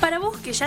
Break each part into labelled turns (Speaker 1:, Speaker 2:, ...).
Speaker 1: Para vos que ya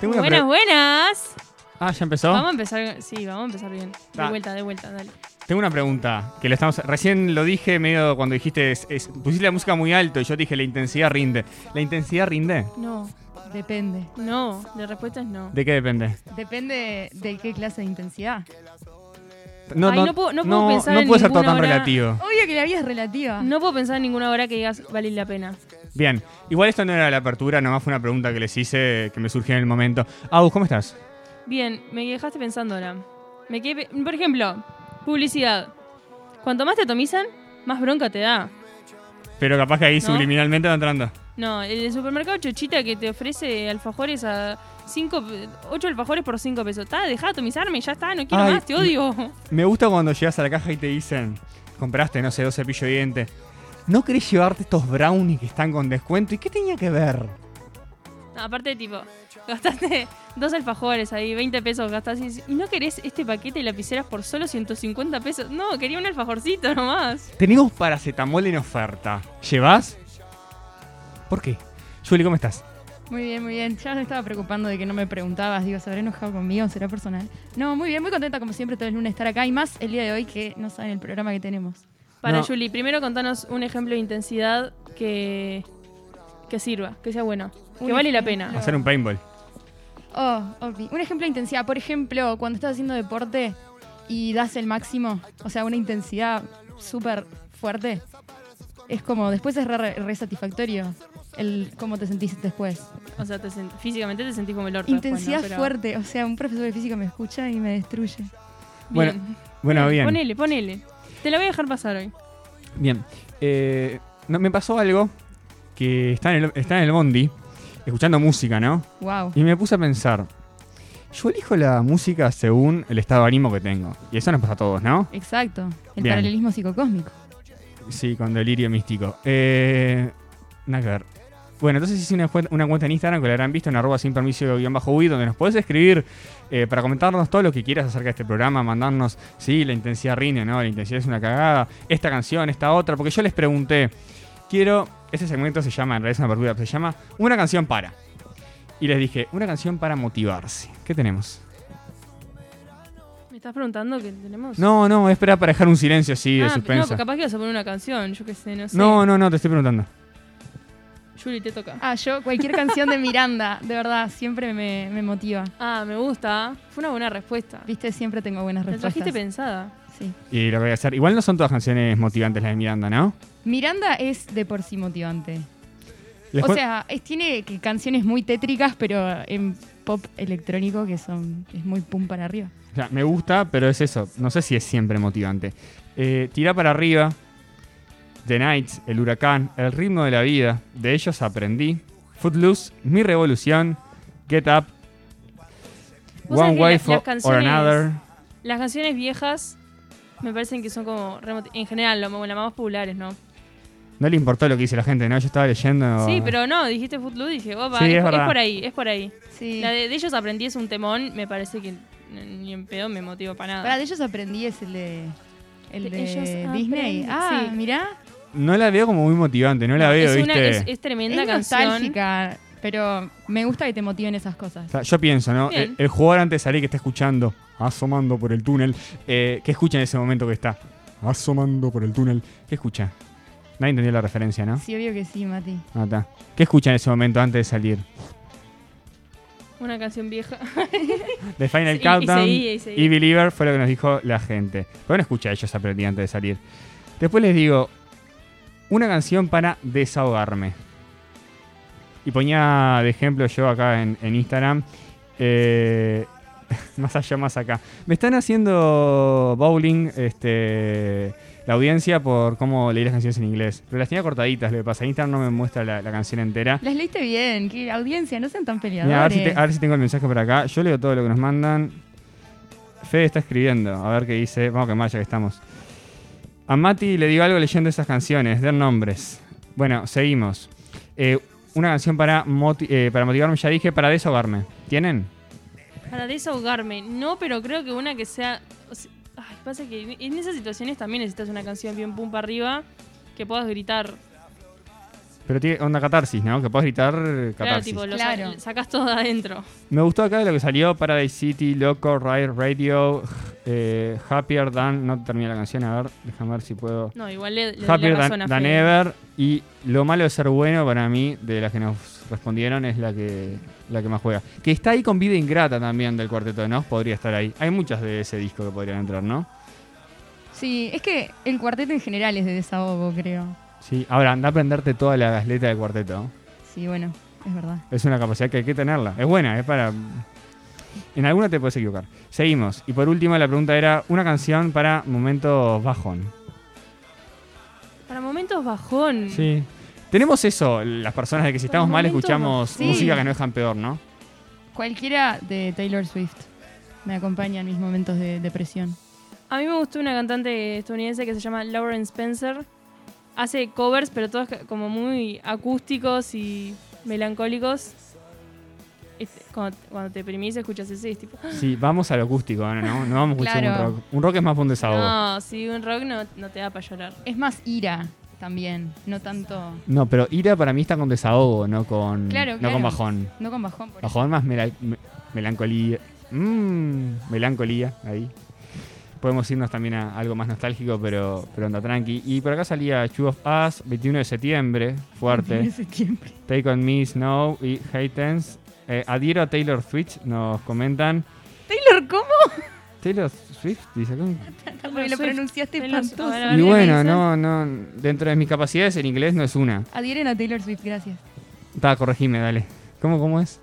Speaker 2: Tengo una
Speaker 3: Buenas,
Speaker 2: pre-
Speaker 3: buenas.
Speaker 2: Ah, ya empezó.
Speaker 3: Vamos a empezar. Sí, vamos a empezar bien. De
Speaker 2: Va.
Speaker 3: vuelta, de vuelta, dale.
Speaker 2: Tengo una pregunta que lo estamos. Recién lo dije medio cuando dijiste es- es- pusiste la música muy alto y yo te dije la intensidad rinde. ¿La intensidad rinde?
Speaker 3: No,
Speaker 4: Depende.
Speaker 3: no, la respuesta es no.
Speaker 2: ¿De qué depende?
Speaker 4: Depende de qué clase de intensidad.
Speaker 3: Ay, no puedo- no puedo pensar
Speaker 2: no
Speaker 3: en
Speaker 2: puede ser todo
Speaker 3: ninguna
Speaker 2: tan
Speaker 3: hora.
Speaker 2: relativo.
Speaker 4: Obvio que la vida es
Speaker 2: Ah.
Speaker 4: relativa.
Speaker 3: No puedo pensar en ninguna hora que digas vale la pena.
Speaker 2: Bien, igual esto no era la apertura, nomás fue una pregunta que les hice que me surgió en el momento. Agus, ¿cómo estás?
Speaker 3: Bien, me dejaste pensando ahora. Me quedé, pe- por ejemplo, publicidad. Cuanto más te atomizan, más bronca te da.
Speaker 2: Pero capaz que ahí
Speaker 3: No.
Speaker 2: subliminalmente va entrando.
Speaker 3: No, el supermercado Chochita que te ofrece alfajores a 5, 8 alfajores por 5 pesos. Está, deja de atomizarme, ya está, no quiero
Speaker 2: Ay,
Speaker 3: más, te odio.
Speaker 2: Me gusta cuando llegas a la caja y te dicen, compraste, no sé, dos cepillos de dientes. ¿No querés llevarte estos brownies que están con descuento? ¿Y qué tenía que ver?
Speaker 3: No, aparte, tipo, gastaste dos alfajores ahí, 20 pesos gastaste. y dices, ¿Y no querés este paquete de lapiceras por solo 150 pesos? No, quería un alfajorcito nomás.
Speaker 2: Tenemos paracetamol en oferta. ¿Llevas? ¿Por qué? Juli, ¿cómo estás?
Speaker 4: Muy bien, muy bien. Ya me estaba preocupando de que no me preguntabas. Digo, ¿se habrá enojado conmigo? ¿Será personal? No, muy bien, muy contenta como siempre todo el lunes estar acá y más el día de hoy que no saben el programa que tenemos.
Speaker 3: Para
Speaker 2: No.
Speaker 3: Juli, primero contanos un ejemplo de intensidad que, que sirva, que sea bueno, que
Speaker 4: Un
Speaker 3: vale la
Speaker 4: ejemplo.
Speaker 3: pena.
Speaker 2: Hacer un paintball.
Speaker 4: Oh, Opi. Un ejemplo de intensidad. Por ejemplo, cuando estás haciendo deporte y das el máximo, o sea, una intensidad súper fuerte, es como, después es re, re satisfactorio el cómo te sentís después.
Speaker 3: O sea, te sen- físicamente te sentís como el
Speaker 2: Pues,
Speaker 3: orto.
Speaker 4: Intensidad
Speaker 3: después, ¿no? Pero-
Speaker 4: fuerte, o sea, un profesor de física me escucha y me destruye.
Speaker 2: Bueno,
Speaker 3: Bien.
Speaker 2: Bueno, bien.
Speaker 3: Ponele, ponele. Te la voy a dejar pasar hoy.
Speaker 2: Bien. Eh, no, me pasó algo que está en, el, está en el Bondi, escuchando música, ¿no?
Speaker 4: Wow.
Speaker 2: Y me puse a pensar. Yo elijo la música según el estado de ánimo que tengo. Y eso nos pasa a todos, ¿no?
Speaker 4: Exacto. El
Speaker 2: Bien.
Speaker 4: paralelismo psicocósmico.
Speaker 2: Sí, con delirio místico. Eh, nada que ver. Bueno, entonces hice una cuenta, una cuenta en Instagram que la habrán visto en arroba sin permiso guión bajo Wii, donde nos podés escribir eh, para comentarnos todo lo que quieras acerca de este programa, mandarnos, sí, la intensidad rine, ¿no? La intensidad es una cagada, esta canción, esta otra, porque yo les pregunté, quiero, ese segmento se llama, en realidad es una apertura, se llama Una canción para. Y les dije, una canción para motivarse. ¿Qué tenemos?
Speaker 3: ¿Me estás preguntando qué tenemos?
Speaker 2: No, no, espera para dejar un silencio así de
Speaker 3: Pues Ah,
Speaker 2: suspenso.
Speaker 3: no, capaz que vas a poner una canción, yo qué sé, no sé.
Speaker 2: no, no, no, te estoy preguntando.
Speaker 3: Juli, te toca.
Speaker 4: Ah, yo, cualquier canción de Miranda, de verdad, siempre me, me motiva.
Speaker 3: Ah, me gusta. Fue una buena respuesta.
Speaker 4: Viste, siempre tengo buenas
Speaker 3: La
Speaker 4: respuestas.
Speaker 3: trajiste pensada.
Speaker 4: Sí.
Speaker 2: Y lo que voy a hacer. Igual no son todas canciones motivantes las de Miranda, ¿no?
Speaker 4: Miranda es de por sí motivante.
Speaker 2: Les
Speaker 4: o
Speaker 2: cu-
Speaker 4: sea, es- tiene que- canciones muy tétricas, pero en pop electrónico que son es muy pum para arriba.
Speaker 2: o sea, me gusta, pero es eso. No sé si es siempre motivante. Eh, Tirá para arriba. The Nights, El Huracán, El Ritmo de la Vida. De ellos aprendí. Footloose, Mi Revolución, Get Up,
Speaker 3: Vos sabés
Speaker 2: One
Speaker 3: que
Speaker 2: Way
Speaker 3: la-
Speaker 2: for,
Speaker 3: las
Speaker 2: or
Speaker 3: canciones-
Speaker 2: Another.
Speaker 3: Las canciones viejas me parecen que son como re moti- en general lo- como las más populares, ¿no?
Speaker 2: No le importó lo que dice la gente, ¿no? Yo estaba leyendo.
Speaker 3: Sí, pero no, dijiste Footloose y dije, opa,
Speaker 2: Ah, Sí, es
Speaker 3: es, por- es
Speaker 2: verdad.
Speaker 3: por ahí, es por ahí.
Speaker 4: Sí.
Speaker 3: La de, de ellos aprendí es un temón, me parece que n- ni en pedo me motiva para nada.
Speaker 4: Para de ellos aprendí es el de el
Speaker 3: De
Speaker 4: de
Speaker 3: ellos
Speaker 4: Disney.
Speaker 3: aprendí.
Speaker 4: Ah,
Speaker 3: Sí.
Speaker 4: mirá,
Speaker 2: No la veo como muy motivante, no la veo,
Speaker 3: es,
Speaker 2: ¿viste?
Speaker 3: una- es, es tremenda
Speaker 4: es
Speaker 3: canción.
Speaker 4: nostálgica, pero me gusta que te motiven esas cosas.
Speaker 2: O sea, yo pienso, ¿no?
Speaker 3: Bien.
Speaker 2: El, el jugador antes de salir que está escuchando, asomando por el túnel, eh, ¿qué escucha en ese momento que está? Asomando por el túnel. ¿Qué escucha? Nadie entendió la referencia, ¿no?
Speaker 4: Sí, obvio que sí, Mati.
Speaker 2: Ah, está. ¿Qué escucha en ese momento antes de salir?
Speaker 3: Una canción vieja.
Speaker 2: The Final
Speaker 3: Y- y
Speaker 2: Countdown
Speaker 3: seguía, y seguía.
Speaker 2: y Believer fue lo que nos dijo la gente. Pero no escucha a ellos aprendí antes de salir. Después les digo, una canción para desahogarme. Y ponía de ejemplo yo acá en, en Instagram, eh, más allá, más acá. Me están haciendo bowling, este, la audiencia por cómo leí las canciones en inglés. Pero las tenía cortaditas, lo que pasa. Instagram no me muestra la, la canción entera.
Speaker 4: Las leíste bien, que audiencia, no sean tan
Speaker 2: Mirá, a, ver
Speaker 4: peleadores.
Speaker 2: si te- ah. a ver si tengo el mensaje por acá. Yo leo todo lo que nos mandan. Fede está escribiendo. A ver qué dice. Vamos a quemar ya que estamos. A Mati le digo algo leyendo esas canciones. Den nombres. Bueno, seguimos. Eh, una canción para, moti- eh, para motivarme, ya dije, para desahogarme. ¿Tienen?
Speaker 3: Para desahogarme. No, pero creo que una que sea. o sea, ay, pasa que en- en esas situaciones también necesitas una canción bien pumpa arriba que puedas gritar.
Speaker 2: Pero tiene onda catarsis, ¿no? Que puedes gritar eh,
Speaker 3: Claro,
Speaker 2: catarsis.
Speaker 3: tipo, lo
Speaker 4: Claro.
Speaker 3: sa- sacás todo adentro.
Speaker 2: Me gustó acá de lo que salió Paradise City, Loco, Ride Radio, eh, Happier Than... No terminé la canción, a ver, déjame ver si puedo.
Speaker 3: No, igual le, le doy
Speaker 2: Happier
Speaker 3: la
Speaker 2: than,
Speaker 3: razón a
Speaker 2: Than
Speaker 3: Fede.
Speaker 2: Ever. Y lo malo de ser bueno para mí, de las que nos respondieron, es la que, la que más juega. Que está ahí con Vida Ingrata también del Cuarteto de Nos, podría estar ahí. Hay muchas de ese disco que podrían entrar, ¿no?
Speaker 4: Sí, es que el cuarteto en general es de desahogo, creo.
Speaker 2: Sí, ahora anda a aprenderte toda la gasleta del cuarteto.
Speaker 4: Sí, bueno, es verdad.
Speaker 2: Es una capacidad que hay que tenerla. Es buena, es para. En alguna te puedes equivocar. Seguimos. Y por último, la pregunta era: una canción para momentos bajón.
Speaker 3: Para momentos bajón.
Speaker 2: Sí. Tenemos eso, las personas de que si
Speaker 3: Para
Speaker 2: estamos mal
Speaker 3: momentos
Speaker 2: escuchamos
Speaker 4: bajón. Sí.
Speaker 2: música que nos dejan peor, ¿no?
Speaker 4: Cualquiera de Taylor Swift me acompaña en mis momentos de depresión.
Speaker 3: A mí me gustó una cantante estadounidense que se llama Lauren Spencer. Hace covers, pero todos ca- como muy acústicos y melancólicos. Este, cuando, cuando te deprimís escuchas ese es tipo...
Speaker 2: Sí, vamos a lo acústico, ¿no? No, no vamos a escuchar
Speaker 4: Claro.
Speaker 2: un rock. Un rock es más para un desahogo. No.
Speaker 3: No, si un rock no, no te da para llorar.
Speaker 4: Es más ira también, no tanto.
Speaker 2: pero ira para mí está con desahogo, no con,
Speaker 4: Claro,
Speaker 2: no
Speaker 4: claro.
Speaker 2: con bajón.
Speaker 4: No con bajón, por
Speaker 2: Bajón más mela- me- melancolía. Mmm, melancolía, ahí. Podemos irnos también a algo más nostálgico, pero, pero anda tranqui. Y por acá salía Chew of Us, 21 de septiembre, fuerte.
Speaker 4: septiembre.
Speaker 2: Take on Me, Snow y Haytens. Eh, adhiero a Taylor Swift, nos comentan.
Speaker 4: Taylor, ¿cómo?
Speaker 2: Taylor Swift, dice acá.
Speaker 4: Me lo
Speaker 3: Swift,
Speaker 4: pronunciaste
Speaker 3: Taylor Swift.
Speaker 4: espantoso.
Speaker 3: A ver, a ver.
Speaker 2: Y
Speaker 3: qué
Speaker 2: bueno,
Speaker 3: dicen.
Speaker 2: no, no. Dentro de mis capacidades, el inglés no es una.
Speaker 4: Adhieren a Taylor Swift, gracias.
Speaker 2: Ta, corregime, dale. ¿Cómo, cómo es?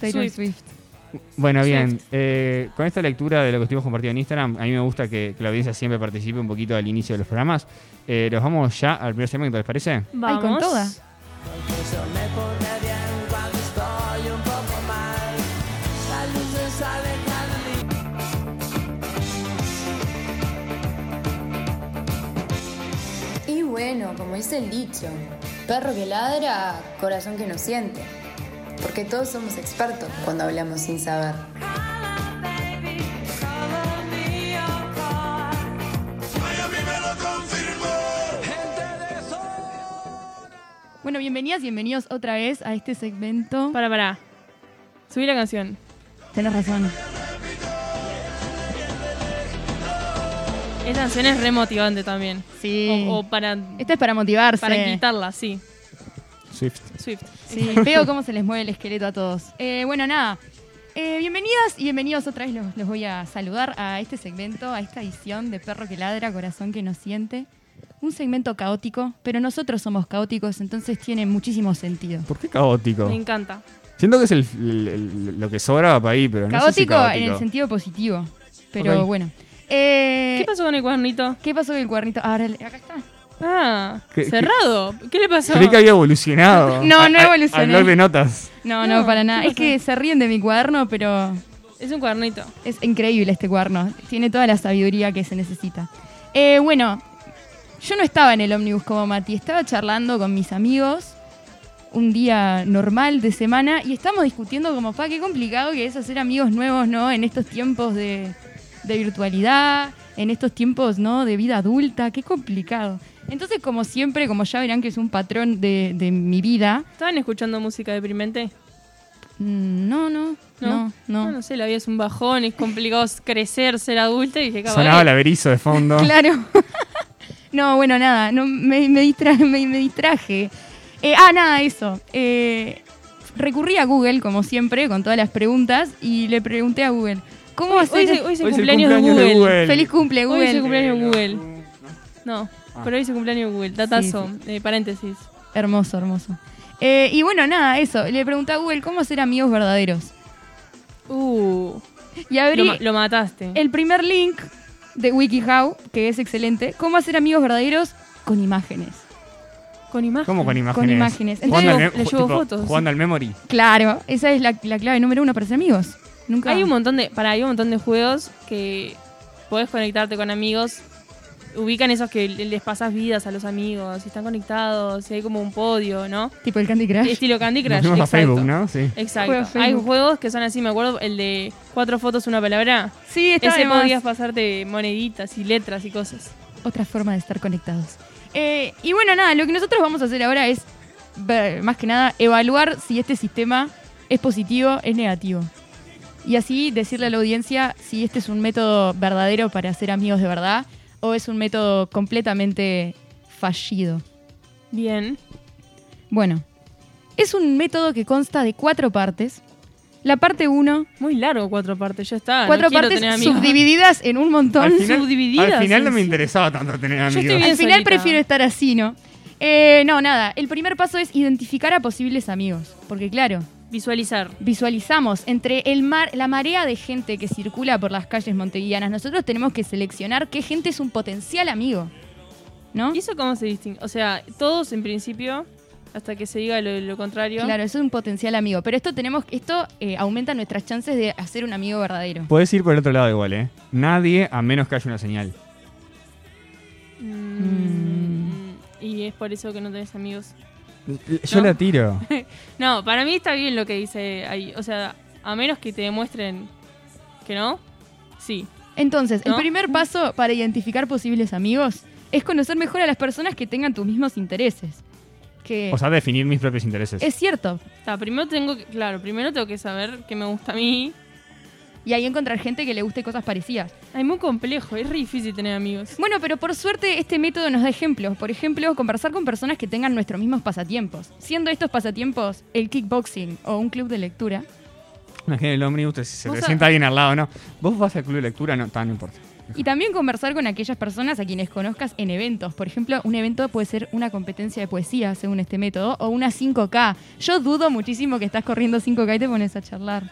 Speaker 4: Taylor
Speaker 3: Swift.
Speaker 4: Swift.
Speaker 2: Bueno, bien,
Speaker 3: Swift.
Speaker 2: eh, con esta lectura de lo que estuvimos compartiendo en Instagram, a mí me gusta que, que la audiencia siempre participe un poquito al inicio de los programas. Eh, nos vamos ya al primer segmento, ¿les parece?
Speaker 4: Ay,
Speaker 3: Vamos.
Speaker 4: con toda.
Speaker 5: Y bueno, como dice el dicho, perro que ladra, corazón que no siente. Porque todos somos expertos cuando hablamos sin saber.
Speaker 4: Bueno, bienvenidas, bienvenidos otra vez a este segmento.
Speaker 3: Para, para. Subí la canción.
Speaker 4: Tenés razón.
Speaker 3: Esa canción es re motivante también.
Speaker 4: Sí.
Speaker 3: O, o para,
Speaker 4: Esta es para motivarse.
Speaker 3: para quitarla, sí.
Speaker 2: Swift.
Speaker 3: Swift.
Speaker 4: Sí, veo cómo se les mueve el esqueleto a todos. Eh, bueno, nada. Eh, bienvenidas y bienvenidos otra vez. Los, los voy a saludar a este segmento, a esta edición de Perro que ladra, corazón que no siente. Un segmento caótico, pero nosotros somos caóticos, entonces tiene muchísimo sentido.
Speaker 2: ¿Por qué caótico?
Speaker 3: Me encanta.
Speaker 2: Siento que es el, el- el- lo que sobraba para ahí, pero no sé si
Speaker 4: caótico,
Speaker 2: caótico.
Speaker 4: en el sentido positivo, pero
Speaker 2: Ok.
Speaker 4: bueno. Eh,
Speaker 3: ¿Qué pasó con el cuadernito?
Speaker 4: ¿Qué pasó con el cuadernito? Ahora, acá está.
Speaker 3: Ah,
Speaker 2: ¿Qué- qué-
Speaker 3: cerrado. ¿Qué le pasó?
Speaker 2: Creí que había evolucionado.
Speaker 4: No,
Speaker 2: A-
Speaker 4: no
Speaker 2: a-
Speaker 4: evolucioné.
Speaker 2: Al blog de notas.
Speaker 4: No,
Speaker 3: No,
Speaker 4: no, para nada.
Speaker 3: ¿qué
Speaker 4: Es que se ríen de mi cuaderno, pero
Speaker 3: Es un cuadernito.
Speaker 4: Es increíble este cuerno. Tiene toda la sabiduría que se necesita. Eh, bueno, yo no estaba en el ómnibus como Mati. Estaba charlando con mis amigos un día normal de semana y estamos discutiendo como, pa, qué complicado que es hacer amigos nuevos, ¿no? En estos tiempos de, de virtualidad, en estos tiempos, ¿no? De vida adulta, qué complicado. Entonces, como siempre, como ya verán que es un patrón de, de mi vida,
Speaker 3: ¿Estaban escuchando música deprimente?
Speaker 4: mm, no, no, no, no.
Speaker 3: No, no sé, la vida es un bajón, es complicado crecer, ser adulta y dije, cabrón.
Speaker 2: Sonaba la berizo de fondo.
Speaker 4: Claro. no, bueno, nada, no, me, me distra- me- me distraje. Eh, ah, nada, eso. Eh, recurrí a Google, como siempre, con todas las preguntas, y le pregunté a Google, ¿cómo hacer...
Speaker 3: Hoy, es el- hoy es el
Speaker 2: Hoy es el
Speaker 3: cumpleaños, de Google.
Speaker 4: Feliz cumple,
Speaker 3: Hoy es el
Speaker 4: Google.
Speaker 3: cumpleaños de Google. No,
Speaker 2: Ah.
Speaker 3: pero hoy es el cumpleaños de Google. Datazo, eh, paréntesis.
Speaker 4: Hermoso, hermoso. Eh, y bueno, nada, eso. Le pregunté a Google, ¿cómo hacer amigos verdaderos?
Speaker 3: Uh,
Speaker 4: Y
Speaker 3: lo,
Speaker 4: abrí
Speaker 3: ma- lo mataste.
Speaker 4: el primer link de WikiHow, que es excelente. ¿Cómo hacer amigos verdaderos con imágenes?
Speaker 3: Con imagen.
Speaker 2: ¿Cómo con imágenes?
Speaker 4: imágenes.
Speaker 2: Jugando, al,
Speaker 3: Le
Speaker 2: mem-
Speaker 3: llevo- le llevo
Speaker 2: tipo,
Speaker 3: fotos.
Speaker 2: jugando al memory.
Speaker 4: Claro, esa es la, la clave número uno para ser amigos. Nunca.
Speaker 3: Hay un montón de. Para, hay un montón de juegos que podés conectarte con amigos. Ubican esos que le- les pasas vidas a los amigos, y están conectados, y hay como un podio, ¿no?
Speaker 4: Tipo el Candy Crush.
Speaker 3: Estilo Candy Crush.
Speaker 2: Nos fuimos a
Speaker 3: exacto.
Speaker 2: Facebook, ¿no? Sí.
Speaker 3: Exacto.
Speaker 4: Juego a
Speaker 3: Hay
Speaker 4: Facebook.
Speaker 3: juegos que son así, me acuerdo, el de cuatro fotos, una palabra.
Speaker 4: Sí, está
Speaker 3: Ese
Speaker 4: de más.
Speaker 3: podías pasarte moneditas y letras y cosas.
Speaker 4: Otra forma de estar conectados. Eh, y bueno, nada, lo que nosotros vamos a hacer ahora es, ver- más que nada, evaluar si este sistema es positivo, es negativo. Y así decirle a la audiencia si este es un método verdadero para hacer amigos de verdad o es un método completamente fallido.
Speaker 3: Bien.
Speaker 4: Bueno, es un método que consta de cuatro partes. La parte 1,
Speaker 3: Muy largo cuatro partes, ya está.
Speaker 4: cuatro
Speaker 3: Ah, no quiero
Speaker 4: partes
Speaker 3: tener amigos.
Speaker 4: subdivididas en un montón.
Speaker 2: Al final,
Speaker 3: subdivididas,
Speaker 2: al final no me
Speaker 3: sí.
Speaker 2: interesaba tanto tener
Speaker 3: Yo
Speaker 2: amigos.
Speaker 3: estoy bien
Speaker 4: Al final
Speaker 3: solita.
Speaker 4: prefiero estar así, ¿no? Eh, no, nada. El primer paso es identificar a posibles amigos. Porque, claro,
Speaker 3: Visualizar.
Speaker 4: visualizamos entre el mar, la marea de gente que circula por las calles montevideanas. Nosotros tenemos que seleccionar qué gente es un potencial amigo. ¿No?
Speaker 3: ¿Y eso cómo se distingue? O sea, todos en principio, hasta que se diga lo, lo contrario.
Speaker 4: Claro, eso es un potencial amigo. Pero esto tenemos, esto eh, aumenta nuestras chances de hacer un amigo verdadero.
Speaker 2: Podés ir por el otro lado igual, ¿eh? Nadie a menos que haya una señal.
Speaker 3: Mm, Y es por eso que no tenés amigos.
Speaker 2: Yo
Speaker 3: ¿No?
Speaker 2: la tiro.
Speaker 3: No, para mí está bien lo que dice ahí. O sea, a menos que te demuestren que no, sí.
Speaker 4: Entonces,
Speaker 3: ¿No?
Speaker 4: el primer paso para identificar posibles amigos es conocer mejor a las personas que tengan tus mismos intereses. Que
Speaker 2: O sea, definir mis propios intereses.
Speaker 4: es cierto,
Speaker 3: Está, primero tengo que, claro, primero tengo que saber qué me gusta a mí.
Speaker 4: y ahí encontrar gente que le guste cosas parecidas.
Speaker 3: Es muy complejo, es re difícil tener amigos.
Speaker 4: Bueno, pero por suerte este método nos da ejemplos. Por ejemplo, conversar con personas que tengan nuestros mismos pasatiempos. Siendo estos pasatiempos el kickboxing o un club de lectura.
Speaker 2: Imagínate el ómnibus, si se
Speaker 3: Vos
Speaker 2: te
Speaker 3: sab-
Speaker 2: sienta alguien al lado, ¿no? Vos vas al club de lectura, no, ta, no importa.
Speaker 4: Y también conversar con aquellas personas a quienes conozcas en eventos. Por ejemplo, un evento puede ser una competencia de poesía, según este método, o una 5K. Yo dudo muchísimo que estás corriendo 5K y te pones a charlar.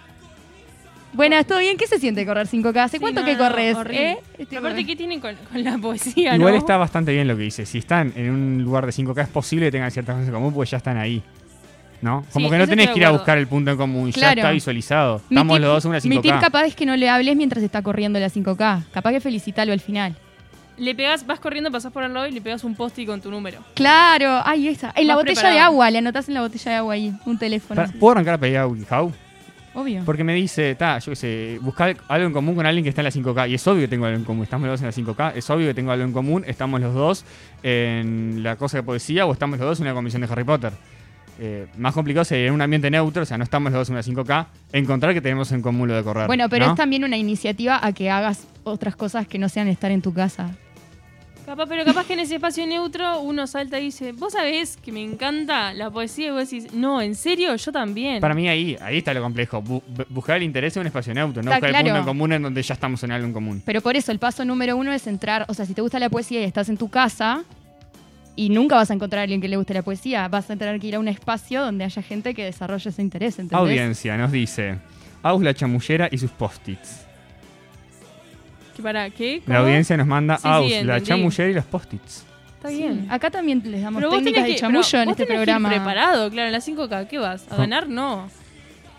Speaker 4: Buenas, ¿todo bien? ¿Qué se siente correr 5K? ¿Hace
Speaker 3: Sí,
Speaker 4: cuánto
Speaker 3: no,
Speaker 4: que
Speaker 3: no,
Speaker 4: corres?
Speaker 3: horrible.
Speaker 4: eh? Este,
Speaker 3: Aparte, ¿qué tienen con, con la poesía?
Speaker 2: Igual
Speaker 3: no?
Speaker 2: está bastante bien lo que dice. Si están en un lugar de 5K, es posible que tengan ciertas cosas en común porque ya están ahí. ¿No? Como
Speaker 3: Sí,
Speaker 2: que no
Speaker 3: eso
Speaker 2: tenés
Speaker 3: estoy de
Speaker 2: que ir a
Speaker 3: acuerdo.
Speaker 2: buscar el punto en común, ya
Speaker 4: Claro.
Speaker 2: está visualizado.
Speaker 4: Mi
Speaker 2: Estamos
Speaker 4: tip-
Speaker 2: los dos en una 5K.
Speaker 4: Mi tip capaz es que no le hables mientras está corriendo la 5K. Capaz que felicítalo al final.
Speaker 3: Le pegas, vas corriendo, pasás por al lado y le pegas un post-it con tu número.
Speaker 4: Claro, ay, esa. En la
Speaker 3: Más
Speaker 4: botella
Speaker 3: preparado.
Speaker 4: de agua, le anotás en la botella de agua ahí, un teléfono.
Speaker 2: Pará, ¿Puedo arrancar a pedir a WikiHow?
Speaker 4: Obvio.
Speaker 2: Porque me dice, ta, yo qué sé, buscar algo en común con alguien que está en la 5K. Y es obvio que tengo algo en común. Estamos los dos en la 5K. Es obvio que tengo algo en común. Estamos los dos en la cosa de poesía o estamos los dos en una comisión de Harry Potter. Eh, más complicado sería en un ambiente neutro, o sea, no estamos los dos en una 5K, encontrar que tenemos en común lo de correr.
Speaker 4: Bueno, pero
Speaker 2: ¿no?
Speaker 4: es también una iniciativa a que hagas otras cosas que no sean estar en tu casa.
Speaker 3: Capaz, pero capaz que en ese espacio neutro uno salta y dice, vos sabés que me encanta la poesía y vos decís, no, en serio, yo también.
Speaker 2: Para mí ahí, ahí está lo complejo. Bu- bu- buscar el interés en un espacio neutro, no
Speaker 4: Está
Speaker 2: buscar el
Speaker 4: claro.
Speaker 2: punto en común en donde ya estamos en algo en común.
Speaker 4: Pero por eso el paso número uno es entrar, o sea, si te gusta la poesía y estás en tu casa y nunca vas a encontrar a alguien que le guste la poesía, vas a tener que ir a un espacio donde haya gente que desarrolle ese interés, ¿entendés?
Speaker 2: Ah, Audiencia nos dice, Aus la chamullera y sus post-its.
Speaker 3: ¿Que ¿Para qué?
Speaker 2: La
Speaker 3: ¿Cómo?
Speaker 2: audiencia nos manda
Speaker 3: Sí, sí,
Speaker 2: Aus, la
Speaker 3: entendí.
Speaker 2: chamullera y los post-its.
Speaker 3: Está bien.
Speaker 4: Acá también les damos
Speaker 3: Pero vos
Speaker 4: técnicas
Speaker 3: tenés
Speaker 4: de
Speaker 3: que,
Speaker 4: chamullo
Speaker 3: pero
Speaker 4: en
Speaker 3: vos
Speaker 4: este
Speaker 3: tenés que ir
Speaker 4: programa.
Speaker 3: preparado, claro, en las 5K, ¿qué vas? ¿A ganar? No.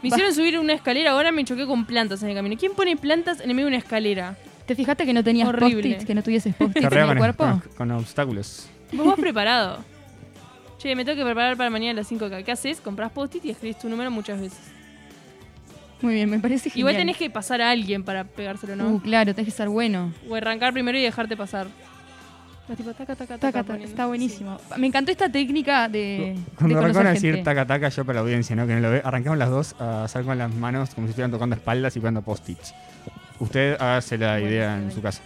Speaker 3: Me
Speaker 4: Va.
Speaker 3: hicieron subir una escalera, ahora me choqué con plantas en el camino. ¿Quién pone plantas en el medio de una escalera?
Speaker 4: ¿Te fijaste que no tenías
Speaker 3: Horrible.
Speaker 4: post-its, que no tuvieses post-its en
Speaker 2: Carrera
Speaker 4: el
Speaker 2: con,
Speaker 4: cuerpo?
Speaker 2: con- con obstáculos.
Speaker 3: Vos vas preparado. Che, me tengo que preparar para mañana a las 5K. ¿Qué haces? Comprás post-it y escribís tu número muchas veces.
Speaker 4: Muy bien, me parece genial.
Speaker 3: Igual tenés que pasar a alguien para pegárselo, ¿no?
Speaker 4: Uh, claro, tenés que ser bueno.
Speaker 3: O arrancar primero y dejarte pasar. Vas tipo, taca, taca, taca,
Speaker 4: Taca, taca,
Speaker 3: poniendo.
Speaker 4: está buenísimo. Me encantó esta técnica de.
Speaker 2: Cuando
Speaker 4: de
Speaker 2: arrancaron a
Speaker 4: conocer
Speaker 2: decir
Speaker 4: gente.
Speaker 2: taca taca, yo para la audiencia, ¿no? Que no lo ve, arrancamos las dos a hacer con las manos como si estuvieran tocando espaldas y pegando post-its. Usted hágase la
Speaker 3: Bueno,
Speaker 2: idea
Speaker 3: está
Speaker 2: en
Speaker 3: bien.
Speaker 2: su casa.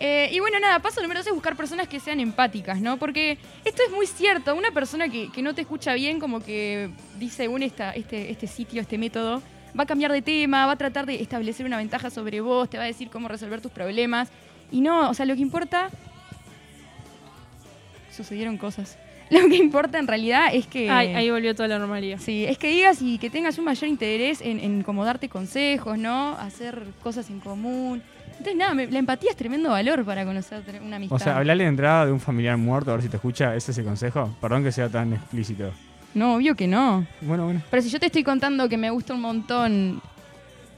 Speaker 4: Eh, y bueno, nada, paso número dos es buscar personas que sean empáticas, ¿no? Porque esto es muy cierto. Una persona que, que no te escucha bien, como que dice, un esta, este, este sitio, este método, va a cambiar de tema, va a tratar de establecer una ventaja sobre vos, te va a decir cómo resolver tus problemas. Y no, o sea, lo que importa. Sucedieron cosas. Lo que importa en realidad es que.
Speaker 3: Ay, ahí volvió toda la normalidad.
Speaker 4: Sí, es que digas y que tengas un mayor interés en, en como darte consejos, ¿no? Hacer cosas en común. Entonces, nada, me- la empatía es tremendo valor para conocer tre- una amistad.
Speaker 2: O sea, hablarle de entrada de un familiar muerto, a ver si te escucha. ¿Ese es el consejo? Perdón que sea tan explícito.
Speaker 4: No, obvio que no.
Speaker 2: Bueno, bueno.
Speaker 4: Pero si yo te estoy contando que me gusta un montón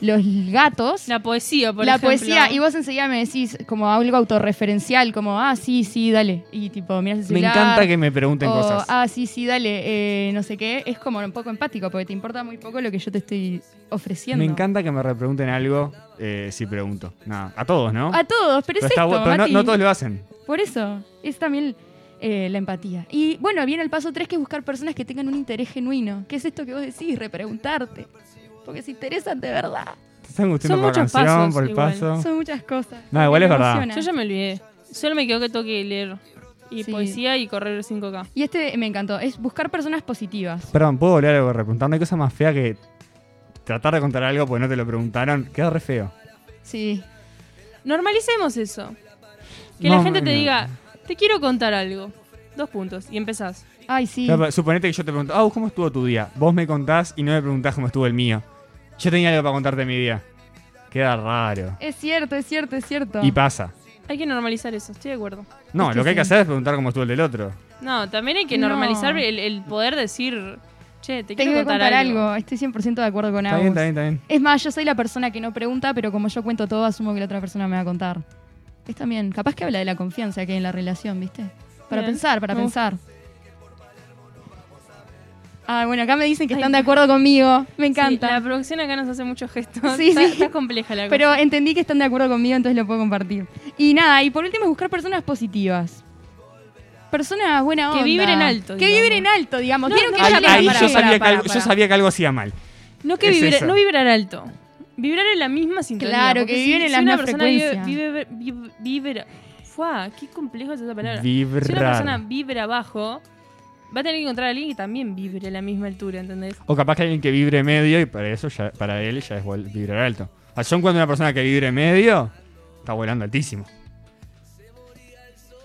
Speaker 4: los gatos, la,
Speaker 3: La poesía, por ejemplo.
Speaker 4: poesía, y vos enseguida me decís como algo autorreferencial, como, ah, sí, sí, dale. Y tipo, mirás el
Speaker 2: Me
Speaker 4: celular.
Speaker 2: encanta que me pregunten
Speaker 4: o,
Speaker 2: cosas.
Speaker 4: Ah, sí, sí, dale, eh, no sé qué. Es como un poco empático, porque te importa muy poco lo que yo te estoy ofreciendo.
Speaker 2: Me encanta que me repregunten algo eh, si pregunto. Nada, a todos, ¿no?
Speaker 4: A todos, Ah, pero,
Speaker 2: Pero
Speaker 4: es
Speaker 2: está
Speaker 4: esto,
Speaker 2: bu- pero no,
Speaker 4: Mati.
Speaker 2: no todos lo hacen.
Speaker 4: Por eso, es también eh, la empatía. Y bueno, viene el paso 3, que es buscar personas que tengan un interés genuino. ¿Qué es esto que vos decís? Repreguntarte. Porque se interesan de verdad.
Speaker 2: Te están gustando
Speaker 3: Son
Speaker 2: por la
Speaker 3: muchos
Speaker 2: canción,
Speaker 3: pasos
Speaker 2: por el
Speaker 3: igual.
Speaker 2: paso.
Speaker 4: Son muchas cosas.
Speaker 2: Ah. No, igual es
Speaker 4: Me
Speaker 2: verdad.
Speaker 4: emociona.
Speaker 3: Yo ya me olvidé. Solo me quedó que toque leer. Y
Speaker 4: Sí.
Speaker 3: poesía y correr 5K.
Speaker 4: Y este me encantó, es buscar personas positivas.
Speaker 2: Perdón, ¿puedo volver a preguntar? No hay cosa más fea que tratar de contar algo porque no te lo preguntaron. Queda re feo.
Speaker 4: Sí.
Speaker 3: Normalicemos eso. Que
Speaker 2: Más
Speaker 3: la
Speaker 2: o
Speaker 3: gente te
Speaker 2: menos.
Speaker 3: diga, te quiero contar algo. Dos puntos. Y empezás.
Speaker 4: Ay, sí.
Speaker 2: Claro, pero Suponete que yo te pregunto, ah, ¿cómo estuvo tu día? Vos me contás y no me preguntás cómo estuvo el mío. Yo tenía algo para contarte de mi día. Queda raro.
Speaker 4: Es cierto, es cierto, es cierto.
Speaker 2: Y pasa.
Speaker 3: Hay que normalizar eso, estoy de acuerdo.
Speaker 2: No,
Speaker 4: Es que
Speaker 2: lo que hay que
Speaker 4: sí.
Speaker 2: hacer es preguntar cómo estuvo el del otro.
Speaker 3: No, también hay que
Speaker 4: No.
Speaker 3: normalizar el, el poder decir, che, te
Speaker 4: Tengo
Speaker 3: quiero
Speaker 4: que
Speaker 3: contar,
Speaker 4: contar
Speaker 3: algo.
Speaker 4: algo. estoy 100% de acuerdo con
Speaker 2: Está
Speaker 4: Agus.
Speaker 2: bien, está bien, está bien.
Speaker 4: Es más, yo soy la persona que no pregunta, pero como yo cuento todo, asumo que la otra persona me va a contar. Es también, capaz que habla de la confianza que hay en la relación, ¿viste? Para
Speaker 3: Bien.
Speaker 4: pensar, para
Speaker 3: Me
Speaker 4: pensar. Ah, bueno, acá me dicen que están de acuerdo conmigo. Me
Speaker 3: Sí,
Speaker 4: encanta.
Speaker 3: la producción acá nos hace muchos gestos.
Speaker 4: Sí,
Speaker 3: está,
Speaker 4: sí.
Speaker 3: está compleja la cosa.
Speaker 4: Pero entendí que están de acuerdo conmigo, entonces lo puedo compartir. Y nada, y por último es buscar personas positivas. Personas buena
Speaker 3: Que
Speaker 4: onda.
Speaker 3: vibren alto,
Speaker 4: Que
Speaker 3: digamos.
Speaker 4: vibren alto, digamos.
Speaker 3: No,
Speaker 4: Vieron
Speaker 3: no,
Speaker 4: que
Speaker 3: Ay,
Speaker 4: haya
Speaker 2: Ahí,
Speaker 3: pará,
Speaker 2: ahí
Speaker 3: pará,
Speaker 2: yo,
Speaker 3: pará,
Speaker 2: sabía que
Speaker 3: pará,
Speaker 2: algo, yo
Speaker 3: pará.
Speaker 2: sabía que algo hacía mal.
Speaker 3: no que
Speaker 2: es
Speaker 3: vibrar,
Speaker 2: eso.
Speaker 3: no vibrar alto. Vibrar en la misma sintonía.
Speaker 4: Claro,
Speaker 3: porque
Speaker 4: que
Speaker 3: si-
Speaker 4: vibren en
Speaker 3: si
Speaker 4: la
Speaker 3: una
Speaker 4: misma
Speaker 3: persona
Speaker 4: frecuencia.
Speaker 3: Vive, vive- vibra. Fua, qué complejo es esa palabra. Si una persona
Speaker 2: Vibrar.
Speaker 3: vibra abajo, va a tener que encontrar a alguien que también vibre a la misma altura, ¿entendés?
Speaker 2: O capaz que alguien que vibre medio y para eso ya, para él ya es vol- vibrar alto. A John cuando una persona que vibre medio está volando altísimo.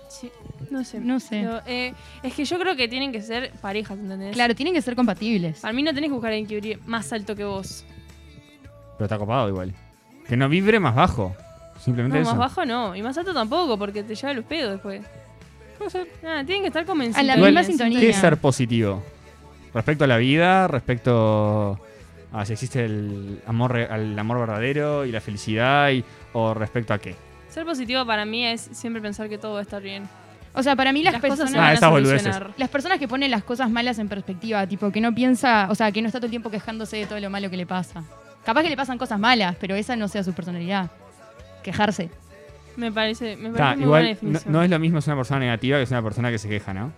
Speaker 3: Sí, no sé.
Speaker 4: No sé.
Speaker 3: Pero, eh, es que yo creo que tienen que ser parejas, ¿entendés?
Speaker 4: Claro, tienen que ser compatibles.
Speaker 3: Para mí no tenés que buscar a alguien que vibre más alto que vos.
Speaker 2: Pero está copado igual. Que no vibre más bajo. Simplemente
Speaker 3: No,
Speaker 2: eso.
Speaker 3: más bajo no. Y más alto tampoco, porque te lleva los pedos después. No sé. Nada, tienen que estar convencidos.
Speaker 4: A la
Speaker 2: Igual,
Speaker 4: misma sintonía.
Speaker 2: ¿Qué es ser positivo? Respecto a la vida, respecto a si existe el amor, re- al amor verdadero y la felicidad, y- o respecto a qué.
Speaker 3: Ser positivo para mí es siempre pensar que todo va a estar bien.
Speaker 4: O sea, para mí las,
Speaker 3: Las
Speaker 4: personas...
Speaker 3: cosas se
Speaker 2: Ah,
Speaker 3: van a
Speaker 2: esas boludeces.
Speaker 3: solucionar.
Speaker 4: Las personas que ponen las cosas malas en perspectiva, tipo, que no piensa, o sea, que no está todo el tiempo quejándose de todo lo malo que le pasa. Capaz que le pasan cosas malas, pero esa no sea su personalidad. Quejarse.
Speaker 3: Me parece, me
Speaker 2: Ta,
Speaker 3: parece muy buena
Speaker 2: igual no,
Speaker 3: definición.
Speaker 2: no es lo mismo es una persona negativa que es una persona que se queja, ¿no?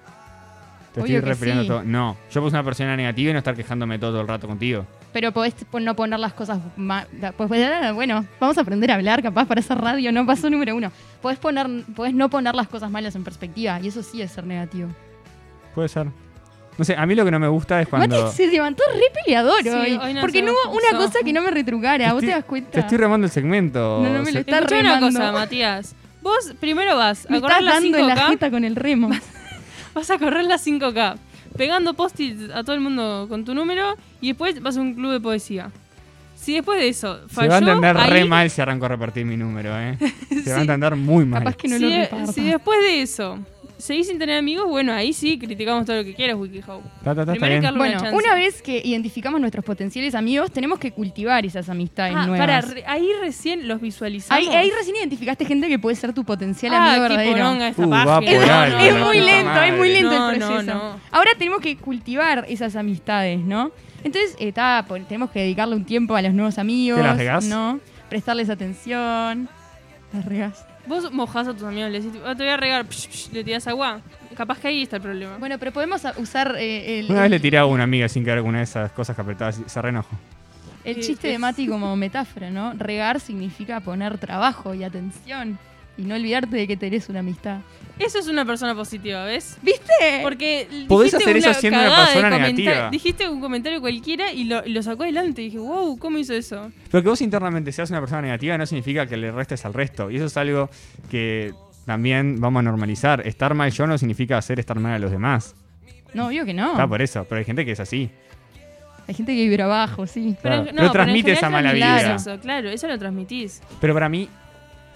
Speaker 2: Te
Speaker 4: Obvio que
Speaker 2: estoy refiriendo
Speaker 4: sí.
Speaker 2: a todo. No, yo puse una persona negativa y no estar quejándome todo el rato contigo.
Speaker 4: Pero podés po- no poner las cosas malas. Pues ah, bueno, vamos a aprender a hablar, capaz para esa radio, no paso número uno. Podés, poner, podés no poner las cosas malas en perspectiva, y eso sí es ser negativo.
Speaker 2: Puede ser. No sé, a mí lo que no me gusta es cuando.
Speaker 4: Mati se levantó re peleador
Speaker 3: Sí,
Speaker 4: hoy.
Speaker 3: hoy no
Speaker 4: porque
Speaker 3: se
Speaker 4: no hubo una
Speaker 3: puso.
Speaker 4: cosa que no me retrucara, ¿vos te das cuenta?
Speaker 2: Te estoy remando el segmento.
Speaker 4: No, no me
Speaker 2: Se-
Speaker 4: lo está
Speaker 3: Escuchame una
Speaker 4: remando.
Speaker 3: cosa, Matías. Vos primero vas
Speaker 4: me
Speaker 3: a correr
Speaker 4: estás
Speaker 3: las
Speaker 4: dando en la
Speaker 3: 5K.
Speaker 4: jeta con el remo.
Speaker 3: Vas a correr las 5K. Pegando post-its a todo el mundo con tu número. Y después vas a un club de poesía. Si después de eso
Speaker 2: Se va a
Speaker 3: falló,
Speaker 2: entender re
Speaker 3: ahí-
Speaker 2: mal si arranco a repartir mi número, ¿eh? Se va a entender muy mal.
Speaker 4: Capaz que no
Speaker 3: si,
Speaker 4: lo
Speaker 3: de-
Speaker 4: reparta.
Speaker 3: si después de eso seguís sin tener amigos, bueno, ahí sí criticamos todo lo que quieras, WikiHow.
Speaker 2: Ta, ta, ta, está
Speaker 3: Primero hay que
Speaker 2: bien.
Speaker 3: darle
Speaker 4: Bueno,
Speaker 3: una,
Speaker 4: una vez que identificamos nuestros potenciales amigos, tenemos que cultivar esas amistades nuevas.
Speaker 3: para, Ah, ahí recién los visualizamos.
Speaker 4: ahí, ahí recién identificaste gente que puede ser tu potencial
Speaker 3: ah,
Speaker 4: amigo
Speaker 3: qué
Speaker 4: verdadero.
Speaker 3: poronga esta
Speaker 2: Uh, va
Speaker 3: página.
Speaker 2: por
Speaker 4: Es,
Speaker 2: No, algo,
Speaker 4: es
Speaker 2: la
Speaker 4: muy
Speaker 2: puta
Speaker 4: lento,
Speaker 3: eh.
Speaker 4: es muy
Speaker 2: madre.
Speaker 4: lento el
Speaker 3: No,
Speaker 4: proceso.
Speaker 3: no, no.
Speaker 4: Ahora tenemos que cultivar esas amistades, ¿no? Entonces, eh, ta, pon- tenemos que dedicarle un tiempo a los nuevos amigos,
Speaker 2: ¿Te las regás?
Speaker 4: ¿no? Prestarles atención. Las regás.
Speaker 3: Vos mojás a tus amigos, le decís, "Ah, te voy a regar, psh, psh, le tirás agua. Capaz que ahí está el problema.
Speaker 4: Bueno, pero podemos a- usar eh, el,
Speaker 2: Una vez le
Speaker 4: el-
Speaker 2: tiré a una amiga sin querer alguna de esas cosas que apretaba así, se renojo.
Speaker 4: el chiste de Mati como metáfora, ¿no? Regar significa poner trabajo y atención. Y no olvidarte de que tenés una amistad.
Speaker 3: Eso es una persona positiva, ¿ves?
Speaker 4: ¿Viste?
Speaker 3: Porque l-
Speaker 2: Podés
Speaker 3: dijiste
Speaker 2: hacer eso siendo una
Speaker 3: cagada de
Speaker 2: persona
Speaker 3: comenta-
Speaker 2: negativa.
Speaker 3: Dijiste un comentario cualquiera y lo, y lo sacó adelante. Y dije, wow, ¿cómo hizo eso?
Speaker 2: Pero que vos internamente seas una persona negativa no significa que le restes al resto. Y eso es algo que también vamos a normalizar. Estar mal yo no significa hacer estar mal a los demás.
Speaker 4: No, obvio que no.
Speaker 2: Está por eso. Pero hay gente que es así.
Speaker 4: Hay gente que vibra abajo, sí.
Speaker 2: Claro.
Speaker 3: en-
Speaker 2: No transmite
Speaker 3: en
Speaker 2: esa
Speaker 3: general
Speaker 2: mala
Speaker 3: transmitís
Speaker 2: vibra.
Speaker 3: eso, claro, eso lo transmitís.
Speaker 2: Pero para mí,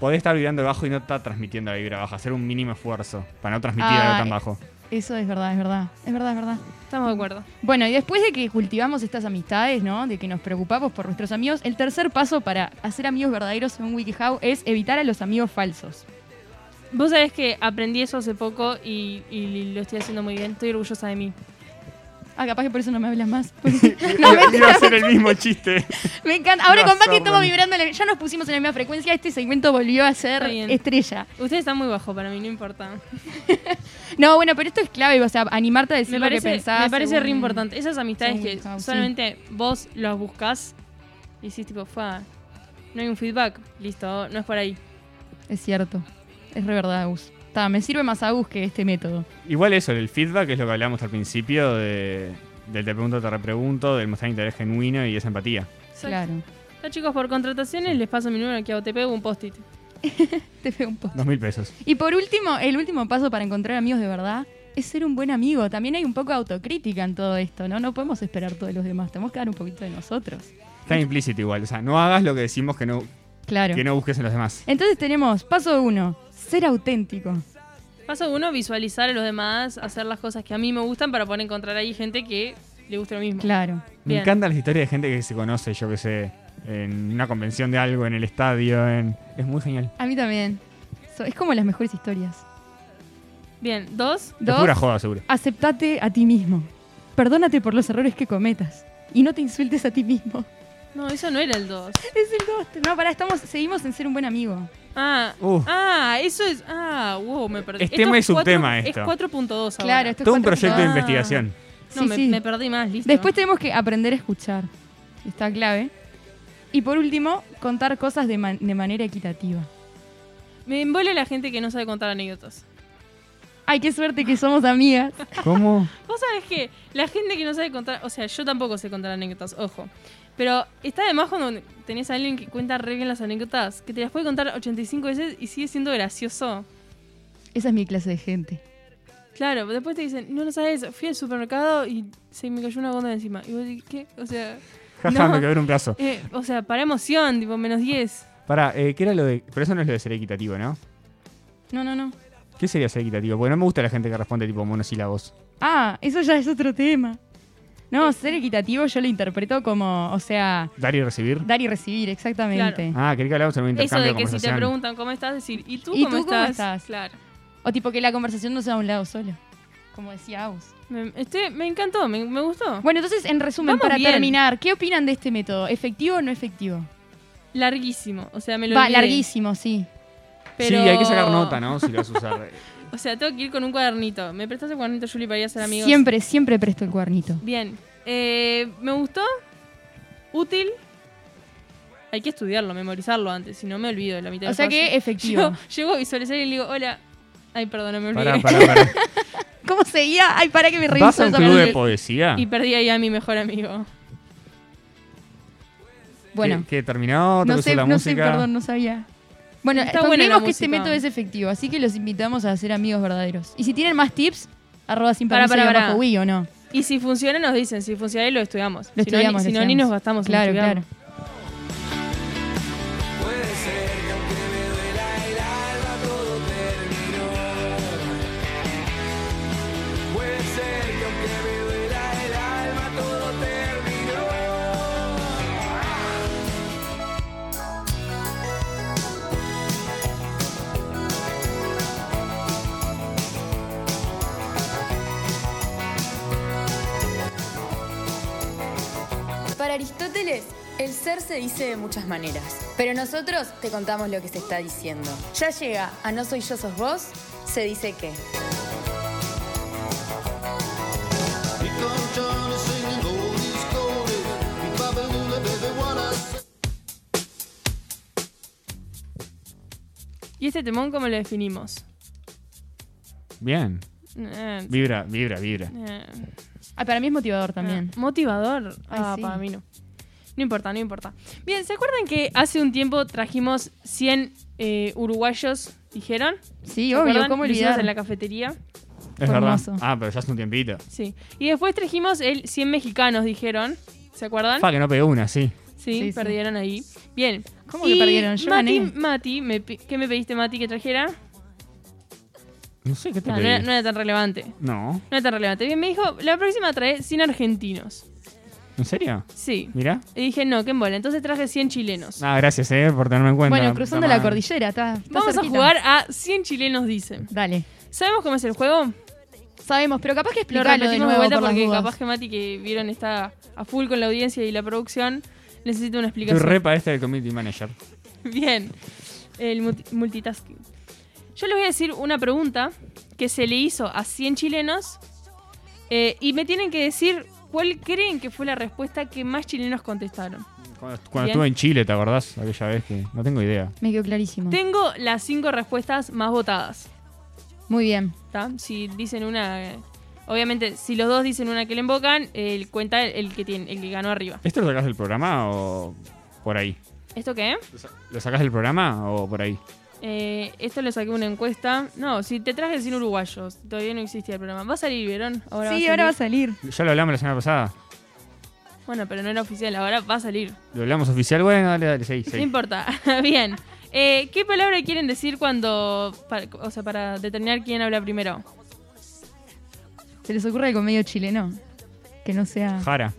Speaker 2: podés estar vibrando bajo y no está transmitiendo la vibra baja. Hacer un mínimo esfuerzo para no transmitir algo
Speaker 4: Ah,
Speaker 2: tan bajo.
Speaker 4: Eso es verdad, es verdad. Es verdad, es verdad.
Speaker 3: Estamos de acuerdo.
Speaker 4: Bueno, y después de que cultivamos estas amistades, ¿no? De que nos preocupamos por nuestros amigos, el tercer paso para hacer amigos verdaderos según WikiHow es evitar a los amigos falsos.
Speaker 3: Vos sabés que aprendí eso hace poco y, y lo estoy haciendo muy bien. Estoy orgullosa de mí.
Speaker 4: Ah, capaz que por eso no me hablas más.
Speaker 2: Iba- Iba a hacer el mismo chiste.
Speaker 4: me encanta. Ahora
Speaker 2: Ibas
Speaker 4: con Paqui
Speaker 2: a
Speaker 4: estamos
Speaker 2: ser-
Speaker 4: vibrando. en la- Ya nos pusimos en la misma frecuencia. Este segmento volvió a ser
Speaker 3: Está bien.
Speaker 4: estrella.
Speaker 3: Ustedes están muy bajo para mí, no importa.
Speaker 4: No, bueno, pero esto es clave. O sea, animarte a decir
Speaker 3: Me
Speaker 4: lo
Speaker 3: parece,
Speaker 4: que pensás.
Speaker 3: me parece re
Speaker 4: según-
Speaker 3: importante. Esas amistades
Speaker 4: según
Speaker 3: que
Speaker 4: Gustavo, sí.
Speaker 3: solamente vos las buscás y decís tipo, fa, no hay un feedback, listo, no es por ahí.
Speaker 4: Es cierto. Es re verdad, Agus. Ta, me sirve más Agus que este método.
Speaker 2: Igual eso, el feedback es lo que hablamos al principio de, del te pregunto, te repregunto, del mostrar interés genuino y esa empatía.
Speaker 4: Claro.
Speaker 3: Ya, chicos, por contrataciones les paso mi número aquí a OTP o un post-it.
Speaker 4: Te veo un poco.
Speaker 2: Dos mil pesos.
Speaker 4: Y por último, el último paso para encontrar amigos de verdad es ser un buen amigo. También hay un poco de autocrítica en todo esto, ¿no? No podemos esperar todo de los demás. Tenemos que dar un poquito de nosotros.
Speaker 2: Está implícito igual. O sea, no hagas lo que decimos que no,
Speaker 4: Claro.
Speaker 2: que no busques en los demás.
Speaker 4: Entonces tenemos paso uno, ser auténtico.
Speaker 3: Paso uno, visualizar a los demás, hacer las cosas que a mí me gustan para poder encontrar ahí gente que le guste lo mismo.
Speaker 4: Claro.
Speaker 2: Me
Speaker 3: Bien.
Speaker 2: encantan las historias de gente que se conoce, yo que sé, en una convención de algo, en el estadio. en- Es muy genial.
Speaker 4: A mí también. So- es como las mejores historias.
Speaker 3: Bien, dos,
Speaker 2: Es
Speaker 4: Dos,
Speaker 2: pura joda, seguro.
Speaker 4: aceptate a ti mismo. Perdónate por los errores que cometas. Y no te insultes a ti mismo.
Speaker 3: no, eso no era el dos.
Speaker 4: Es el dos. No, pará, estamos, seguimos en ser un buen amigo.
Speaker 3: Ah,
Speaker 2: Uh. Este
Speaker 3: ah, eso es, ah, wow, me perdí.
Speaker 2: Es
Speaker 3: Esto
Speaker 2: tema y
Speaker 3: cuatro-
Speaker 2: subtema
Speaker 3: Es
Speaker 2: esto.
Speaker 3: 4.2 ahora.
Speaker 4: Claro, esto es
Speaker 2: Todo un
Speaker 4: cuatro-
Speaker 2: proyecto de
Speaker 3: Ah.
Speaker 2: investigación.
Speaker 3: No,
Speaker 4: Sí,
Speaker 3: me,
Speaker 4: sí.
Speaker 3: me perdí más, listo.
Speaker 4: Después tenemos que aprender a escuchar. Está clave. Y por último, contar cosas de, man- de manera equitativa.
Speaker 3: Me envuelve la gente que no sabe contar anécdotas.
Speaker 4: Ay, qué suerte que somos amigas.
Speaker 2: ¿Cómo?
Speaker 3: Vos sabés que la gente que no sabe contar, o sea, yo tampoco sé contar anécdotas, ojo. Pero está de más cuando tenés a alguien que cuenta re bien las anécdotas, que te las puede contar 85 veces y sigue siendo gracioso.
Speaker 4: Esa es mi clase de gente.
Speaker 3: Claro, después te dicen, no lo sabes, fui al supermercado y se me cayó una góndola encima. Y vos decís, ¿qué? O sea,
Speaker 2: Jaja,
Speaker 3: No.
Speaker 2: me quebré un brazo.
Speaker 3: eh, o sea, para emoción, tipo, menos 10.
Speaker 2: Pará, eh, ¿qué era lo de.? Pero eso no es lo de ser equitativo, ¿no?
Speaker 4: No, no, no.
Speaker 2: ¿Qué sería ser equitativo? Porque no me gusta la gente que responde tipo monosílabos.
Speaker 4: Ah, eso ya es otro tema. No, ser equitativo yo lo interpreto como, o sea,
Speaker 2: Dar y recibir.
Speaker 4: dar y recibir, exactamente.
Speaker 2: Ah, quería que hablábamos en un
Speaker 3: Eso
Speaker 2: intercambio de
Speaker 3: de que si te
Speaker 2: conversación.
Speaker 3: preguntan cómo estás, decir, ¿y tú,
Speaker 4: ¿Y
Speaker 3: cómo,
Speaker 4: tú
Speaker 3: estás?
Speaker 4: cómo estás?
Speaker 3: Claro.
Speaker 4: O tipo que la conversación no sea a un lado solo. Como decía Aus.
Speaker 3: Me, este, me encantó, me, me gustó.
Speaker 4: Bueno, entonces, en resumen,
Speaker 3: Vamos
Speaker 4: para
Speaker 3: bien.
Speaker 4: terminar, ¿qué opinan de este método? ¿Efectivo o no efectivo?
Speaker 3: Larguísimo, o sea, me lo
Speaker 4: Va,
Speaker 3: olvidé.
Speaker 4: larguísimo, sí.
Speaker 2: Sí,
Speaker 3: Pero-
Speaker 2: hay que sacar nota, ¿no? Si lo vas a usar.
Speaker 3: O sea, tengo que ir con un cuadernito. ¿Me prestaste el cuadernito, Julie, para ir a ser amigos?
Speaker 4: Siempre, siempre presto el cuernito.
Speaker 3: Bien. Eh, me gustó. Útil. Hay que estudiarlo, memorizarlo antes, si no me olvido de la mitad
Speaker 4: O
Speaker 3: de
Speaker 4: sea
Speaker 3: las
Speaker 4: que
Speaker 3: cosas.
Speaker 4: efectivo.
Speaker 3: Yo llego a visualizar y le digo, hola. Ay, perdón, no me olvidé.
Speaker 2: Pará, pará, pará.
Speaker 4: ¿Cómo seguía? Ay, para que me reviso.
Speaker 2: ¿Vas a un
Speaker 4: esa
Speaker 2: club de
Speaker 4: parte.
Speaker 2: poesía?
Speaker 3: Y perdí ahí a mi mejor amigo.
Speaker 4: Bueno,
Speaker 2: Que, que terminó, te
Speaker 4: no
Speaker 2: puso
Speaker 4: sé,
Speaker 2: la
Speaker 4: no sé,
Speaker 2: música.
Speaker 4: perdón, no sabía. Bueno,
Speaker 3: Está buena
Speaker 4: concluimos
Speaker 3: la
Speaker 4: que este
Speaker 3: música.
Speaker 4: método es efectivo, así que los invitamos a ser amigos verdaderos. Y si tienen más tips, arroba sin
Speaker 3: Pará,
Speaker 4: permiso
Speaker 3: pará,
Speaker 4: guión
Speaker 3: pará.
Speaker 4: bajo Wii, o no.
Speaker 3: Y si funciona, nos dicen. Si funciona, ahí lo estudiamos.
Speaker 4: Lo
Speaker 3: si no, ni-
Speaker 4: estudiamos,
Speaker 3: si
Speaker 4: lo
Speaker 3: no, ni
Speaker 4: estudiamos.
Speaker 3: nos gastamos en
Speaker 4: Claro,
Speaker 3: estudiarlo.
Speaker 4: claro.
Speaker 5: Para Aristóteles, el ser se dice de muchas maneras, pero nosotros te contamos lo que se está diciendo. Ya llega a No soy yo, sos vos, se dice que.
Speaker 3: ¿Y este temón cómo lo definimos?
Speaker 2: Bien.
Speaker 3: Eh,
Speaker 2: Vibra, vibra, vibra.
Speaker 3: eh.
Speaker 4: Ah, para mí es motivador también.
Speaker 3: Ah, motivador.
Speaker 4: Ay,
Speaker 3: Ah,
Speaker 4: sí.
Speaker 3: para mí no. No importa, no importa. Bien, ¿se acuerdan que hace un tiempo trajimos 100 eh, uruguayos, dijeron?
Speaker 4: Sí,
Speaker 3: ¿Se
Speaker 4: obvio,
Speaker 3: acuerdan?
Speaker 4: ¿cómo
Speaker 3: Lo hicimos
Speaker 4: olvidar?
Speaker 3: en la cafetería.
Speaker 2: Es
Speaker 4: Hermoso.
Speaker 2: verdad. Ah, pero ya hace un tiempito.
Speaker 3: Sí. Y después trajimos el 100 mexicanos, dijeron. ¿Se acuerdan?
Speaker 2: Fa, que no pegó una, sí.
Speaker 3: Sí,
Speaker 4: Sí, sí.
Speaker 3: perdieron ahí. Bien.
Speaker 4: ¿Cómo que perdieron? Yo
Speaker 3: Mati,
Speaker 4: gané.
Speaker 3: Mati me pi- ¿qué me pediste, Mati, que trajera?
Speaker 2: No sé qué te
Speaker 3: No, no
Speaker 2: pedí?
Speaker 3: era, no era tan relevante.
Speaker 2: No.
Speaker 3: No era tan relevante. Bien, me dijo, la próxima trae 100 argentinos.
Speaker 2: ¿En serio?
Speaker 3: Sí.
Speaker 2: Mira.
Speaker 3: Y dije, no, qué embola. Entonces traje 100 chilenos.
Speaker 2: Ah, gracias, eh, por tenerme en cuenta.
Speaker 4: Bueno, cruzando
Speaker 2: Puta
Speaker 4: la
Speaker 2: madre.
Speaker 4: cordillera, está. está
Speaker 3: Vamos
Speaker 4: cerquita.
Speaker 3: a jugar a 100 chilenos, dicen.
Speaker 4: Dale.
Speaker 3: ¿Sabemos cómo es el juego?
Speaker 4: Sabemos, pero capaz que
Speaker 3: Lo
Speaker 4: explicarlo de
Speaker 3: repetimos de
Speaker 4: nuevo
Speaker 3: vuelta
Speaker 4: por las
Speaker 3: porque
Speaker 4: dudas.
Speaker 3: capaz que Mati, que vieron, está a full con la audiencia y la producción. Necesito una
Speaker 2: Estoy
Speaker 3: explicación.
Speaker 2: re para esta del community manager.
Speaker 3: Bien. El multi- multitasking. Yo les voy a decir una pregunta que se le hizo a 100 chilenos eh, y me tienen que decir cuál creen que fue la respuesta que más chilenos contestaron.
Speaker 2: Cuando, cuando
Speaker 3: Bien.
Speaker 2: estuve en Chile, ¿te acordás? Aquella vez que. No tengo idea.
Speaker 4: Me quedó clarísimo.
Speaker 3: Tengo las cinco respuestas más votadas.
Speaker 4: Muy bien.
Speaker 3: ¿tá? Si dicen una... eh, obviamente, si los dos dicen una que le invocan, el cuenta el que, tiene, el que ganó arriba.
Speaker 2: ¿Esto lo sacás del programa o por ahí?
Speaker 3: ¿Esto qué?
Speaker 2: ¿Lo sa- ¿Lo sacás del programa o por ahí?
Speaker 3: Eh, esto le saqué una encuesta. No, si te traje 100 uruguayos. Todavía no existía el programa. ¿Va a salir, Verón? Ahora
Speaker 4: sí,
Speaker 3: a
Speaker 4: ahora va a
Speaker 3: salir.
Speaker 4: salir.
Speaker 2: Ya lo hablamos la semana pasada.
Speaker 3: Bueno, pero no era oficial, ahora va a salir.
Speaker 2: Lo hablamos oficial. Bueno, dale, dale, seguí,
Speaker 3: No
Speaker 2: seguí.
Speaker 3: importa. Bien. Eh, ¿Qué palabra quieren decir cuando. para- o sea, para determinar quién habla primero?
Speaker 4: ¿Se les ocurre algo medio chileno? Que no sea
Speaker 2: Jara.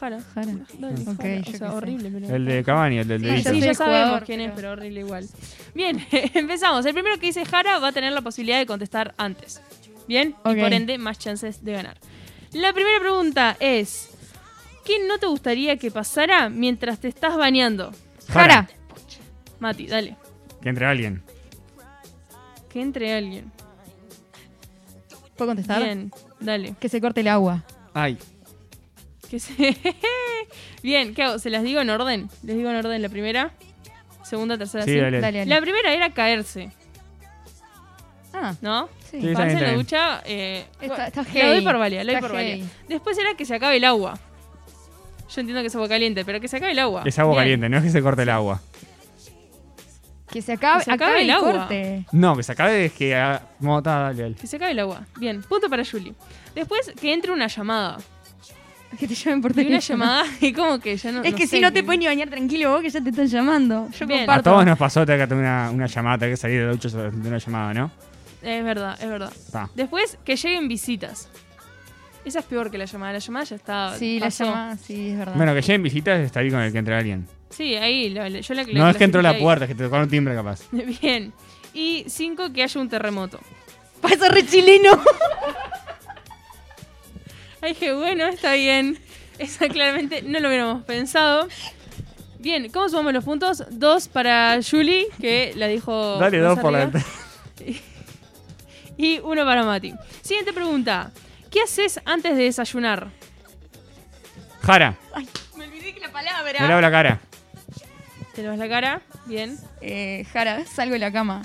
Speaker 3: Jara.
Speaker 4: Jara.
Speaker 3: Dale,
Speaker 4: Ok,
Speaker 3: Jara.
Speaker 4: yo
Speaker 3: O sea,
Speaker 4: qué sé.
Speaker 3: horrible, pero.
Speaker 2: El de Cavani, el del
Speaker 4: Sí,
Speaker 3: Sí,
Speaker 2: dedito.
Speaker 4: Yo
Speaker 3: sí,
Speaker 4: soy
Speaker 3: ya
Speaker 4: el
Speaker 3: sabemos
Speaker 4: jugador,
Speaker 3: quién es,
Speaker 4: pero-
Speaker 3: pero horrible igual. Bien, empezamos. El primero que dice Jara va a tener la posibilidad de contestar antes. Bien,
Speaker 4: Ok.
Speaker 3: y por ende, más chances de ganar. La primera pregunta es: ¿Qué no te gustaría que pasara mientras te estás bañando?
Speaker 4: Jara.
Speaker 3: Mati, dale.
Speaker 2: Que entre alguien.
Speaker 3: Que entre alguien.
Speaker 4: ¿Puedo contestar?
Speaker 3: Bien, dale.
Speaker 4: Que se corte el agua.
Speaker 2: Ay.
Speaker 3: Que se- Bien, ¿qué hago? ¿Se las digo en orden? ¿Les digo en orden la primera? Segunda, tercera,
Speaker 2: Sí,
Speaker 3: sí.
Speaker 2: dale.
Speaker 4: Dale, dale.
Speaker 3: La primera era caerse,
Speaker 4: Ah,
Speaker 3: ¿no?
Speaker 4: sí.
Speaker 2: Sí, está
Speaker 3: Pararse
Speaker 2: bien,
Speaker 3: en
Speaker 2: está bien.
Speaker 3: la ducha. eh,
Speaker 4: Está- está
Speaker 3: la doy
Speaker 4: heavy,
Speaker 3: por válida, la doy
Speaker 4: está
Speaker 3: por válida.
Speaker 4: heavy.
Speaker 3: Después era que se acabe el agua. Yo entiendo que es agua caliente, pero que se acabe el agua.
Speaker 2: Es agua
Speaker 3: Bien.
Speaker 2: caliente, no es que se corte el agua.
Speaker 4: Que se acabe,
Speaker 3: Que se acabe el agua.
Speaker 4: corte.
Speaker 2: No, que se acabe es que. haga- No, está, dale, dale.
Speaker 3: Que se acabe el agua. Bien, punto para Julie. Después que entre una llamada.
Speaker 4: Que te llamen por
Speaker 3: Y
Speaker 4: teléfono.
Speaker 3: una llamada y como que ya no.
Speaker 4: Es que
Speaker 3: sé
Speaker 4: si no te
Speaker 3: qué-
Speaker 4: pueden ni bañar tranquilo vos que ya te están llamando. Yo
Speaker 3: Bien.
Speaker 2: A
Speaker 4: comparto.
Speaker 2: todos nos pasó tener que tener una, una llamada, tener que salir de la ducha de una llamada, ¿no?
Speaker 3: Es verdad, es verdad.
Speaker 2: Está.
Speaker 3: Después, que lleguen visitas. Esa es peor que la llamada. La llamada ya está.
Speaker 4: Sí, la
Speaker 3: pasó.
Speaker 4: llamada, sí, es verdad.
Speaker 2: Bueno, que lleguen visitas está ahí con el que entre alguien.
Speaker 3: Sí, ahí. la- la- yo la
Speaker 2: No es que entró
Speaker 3: entró
Speaker 2: a la puerta, es que te tocaron un timbre capaz.
Speaker 3: Bien. Y cinco, que haya un terremoto.
Speaker 4: Pasa re chileno.
Speaker 3: Ay, dije, bueno, está bien. Esa claramente no lo hubiéramos pensado. Bien, ¿cómo sumamos los puntos? Dos para Julie, que la dijo.
Speaker 2: Dale
Speaker 3: más
Speaker 2: dos por la
Speaker 3: arriba,
Speaker 2: ventana.
Speaker 3: Y uno para Mati. Siguiente pregunta. ¿Qué haces antes de desayunar?
Speaker 2: Jara,
Speaker 4: Me olvidé que la
Speaker 2: me lavo
Speaker 4: palabra.
Speaker 2: la cara.
Speaker 3: Te lavas la cara. Bien.
Speaker 4: Eh, Jara, salgo de la cama.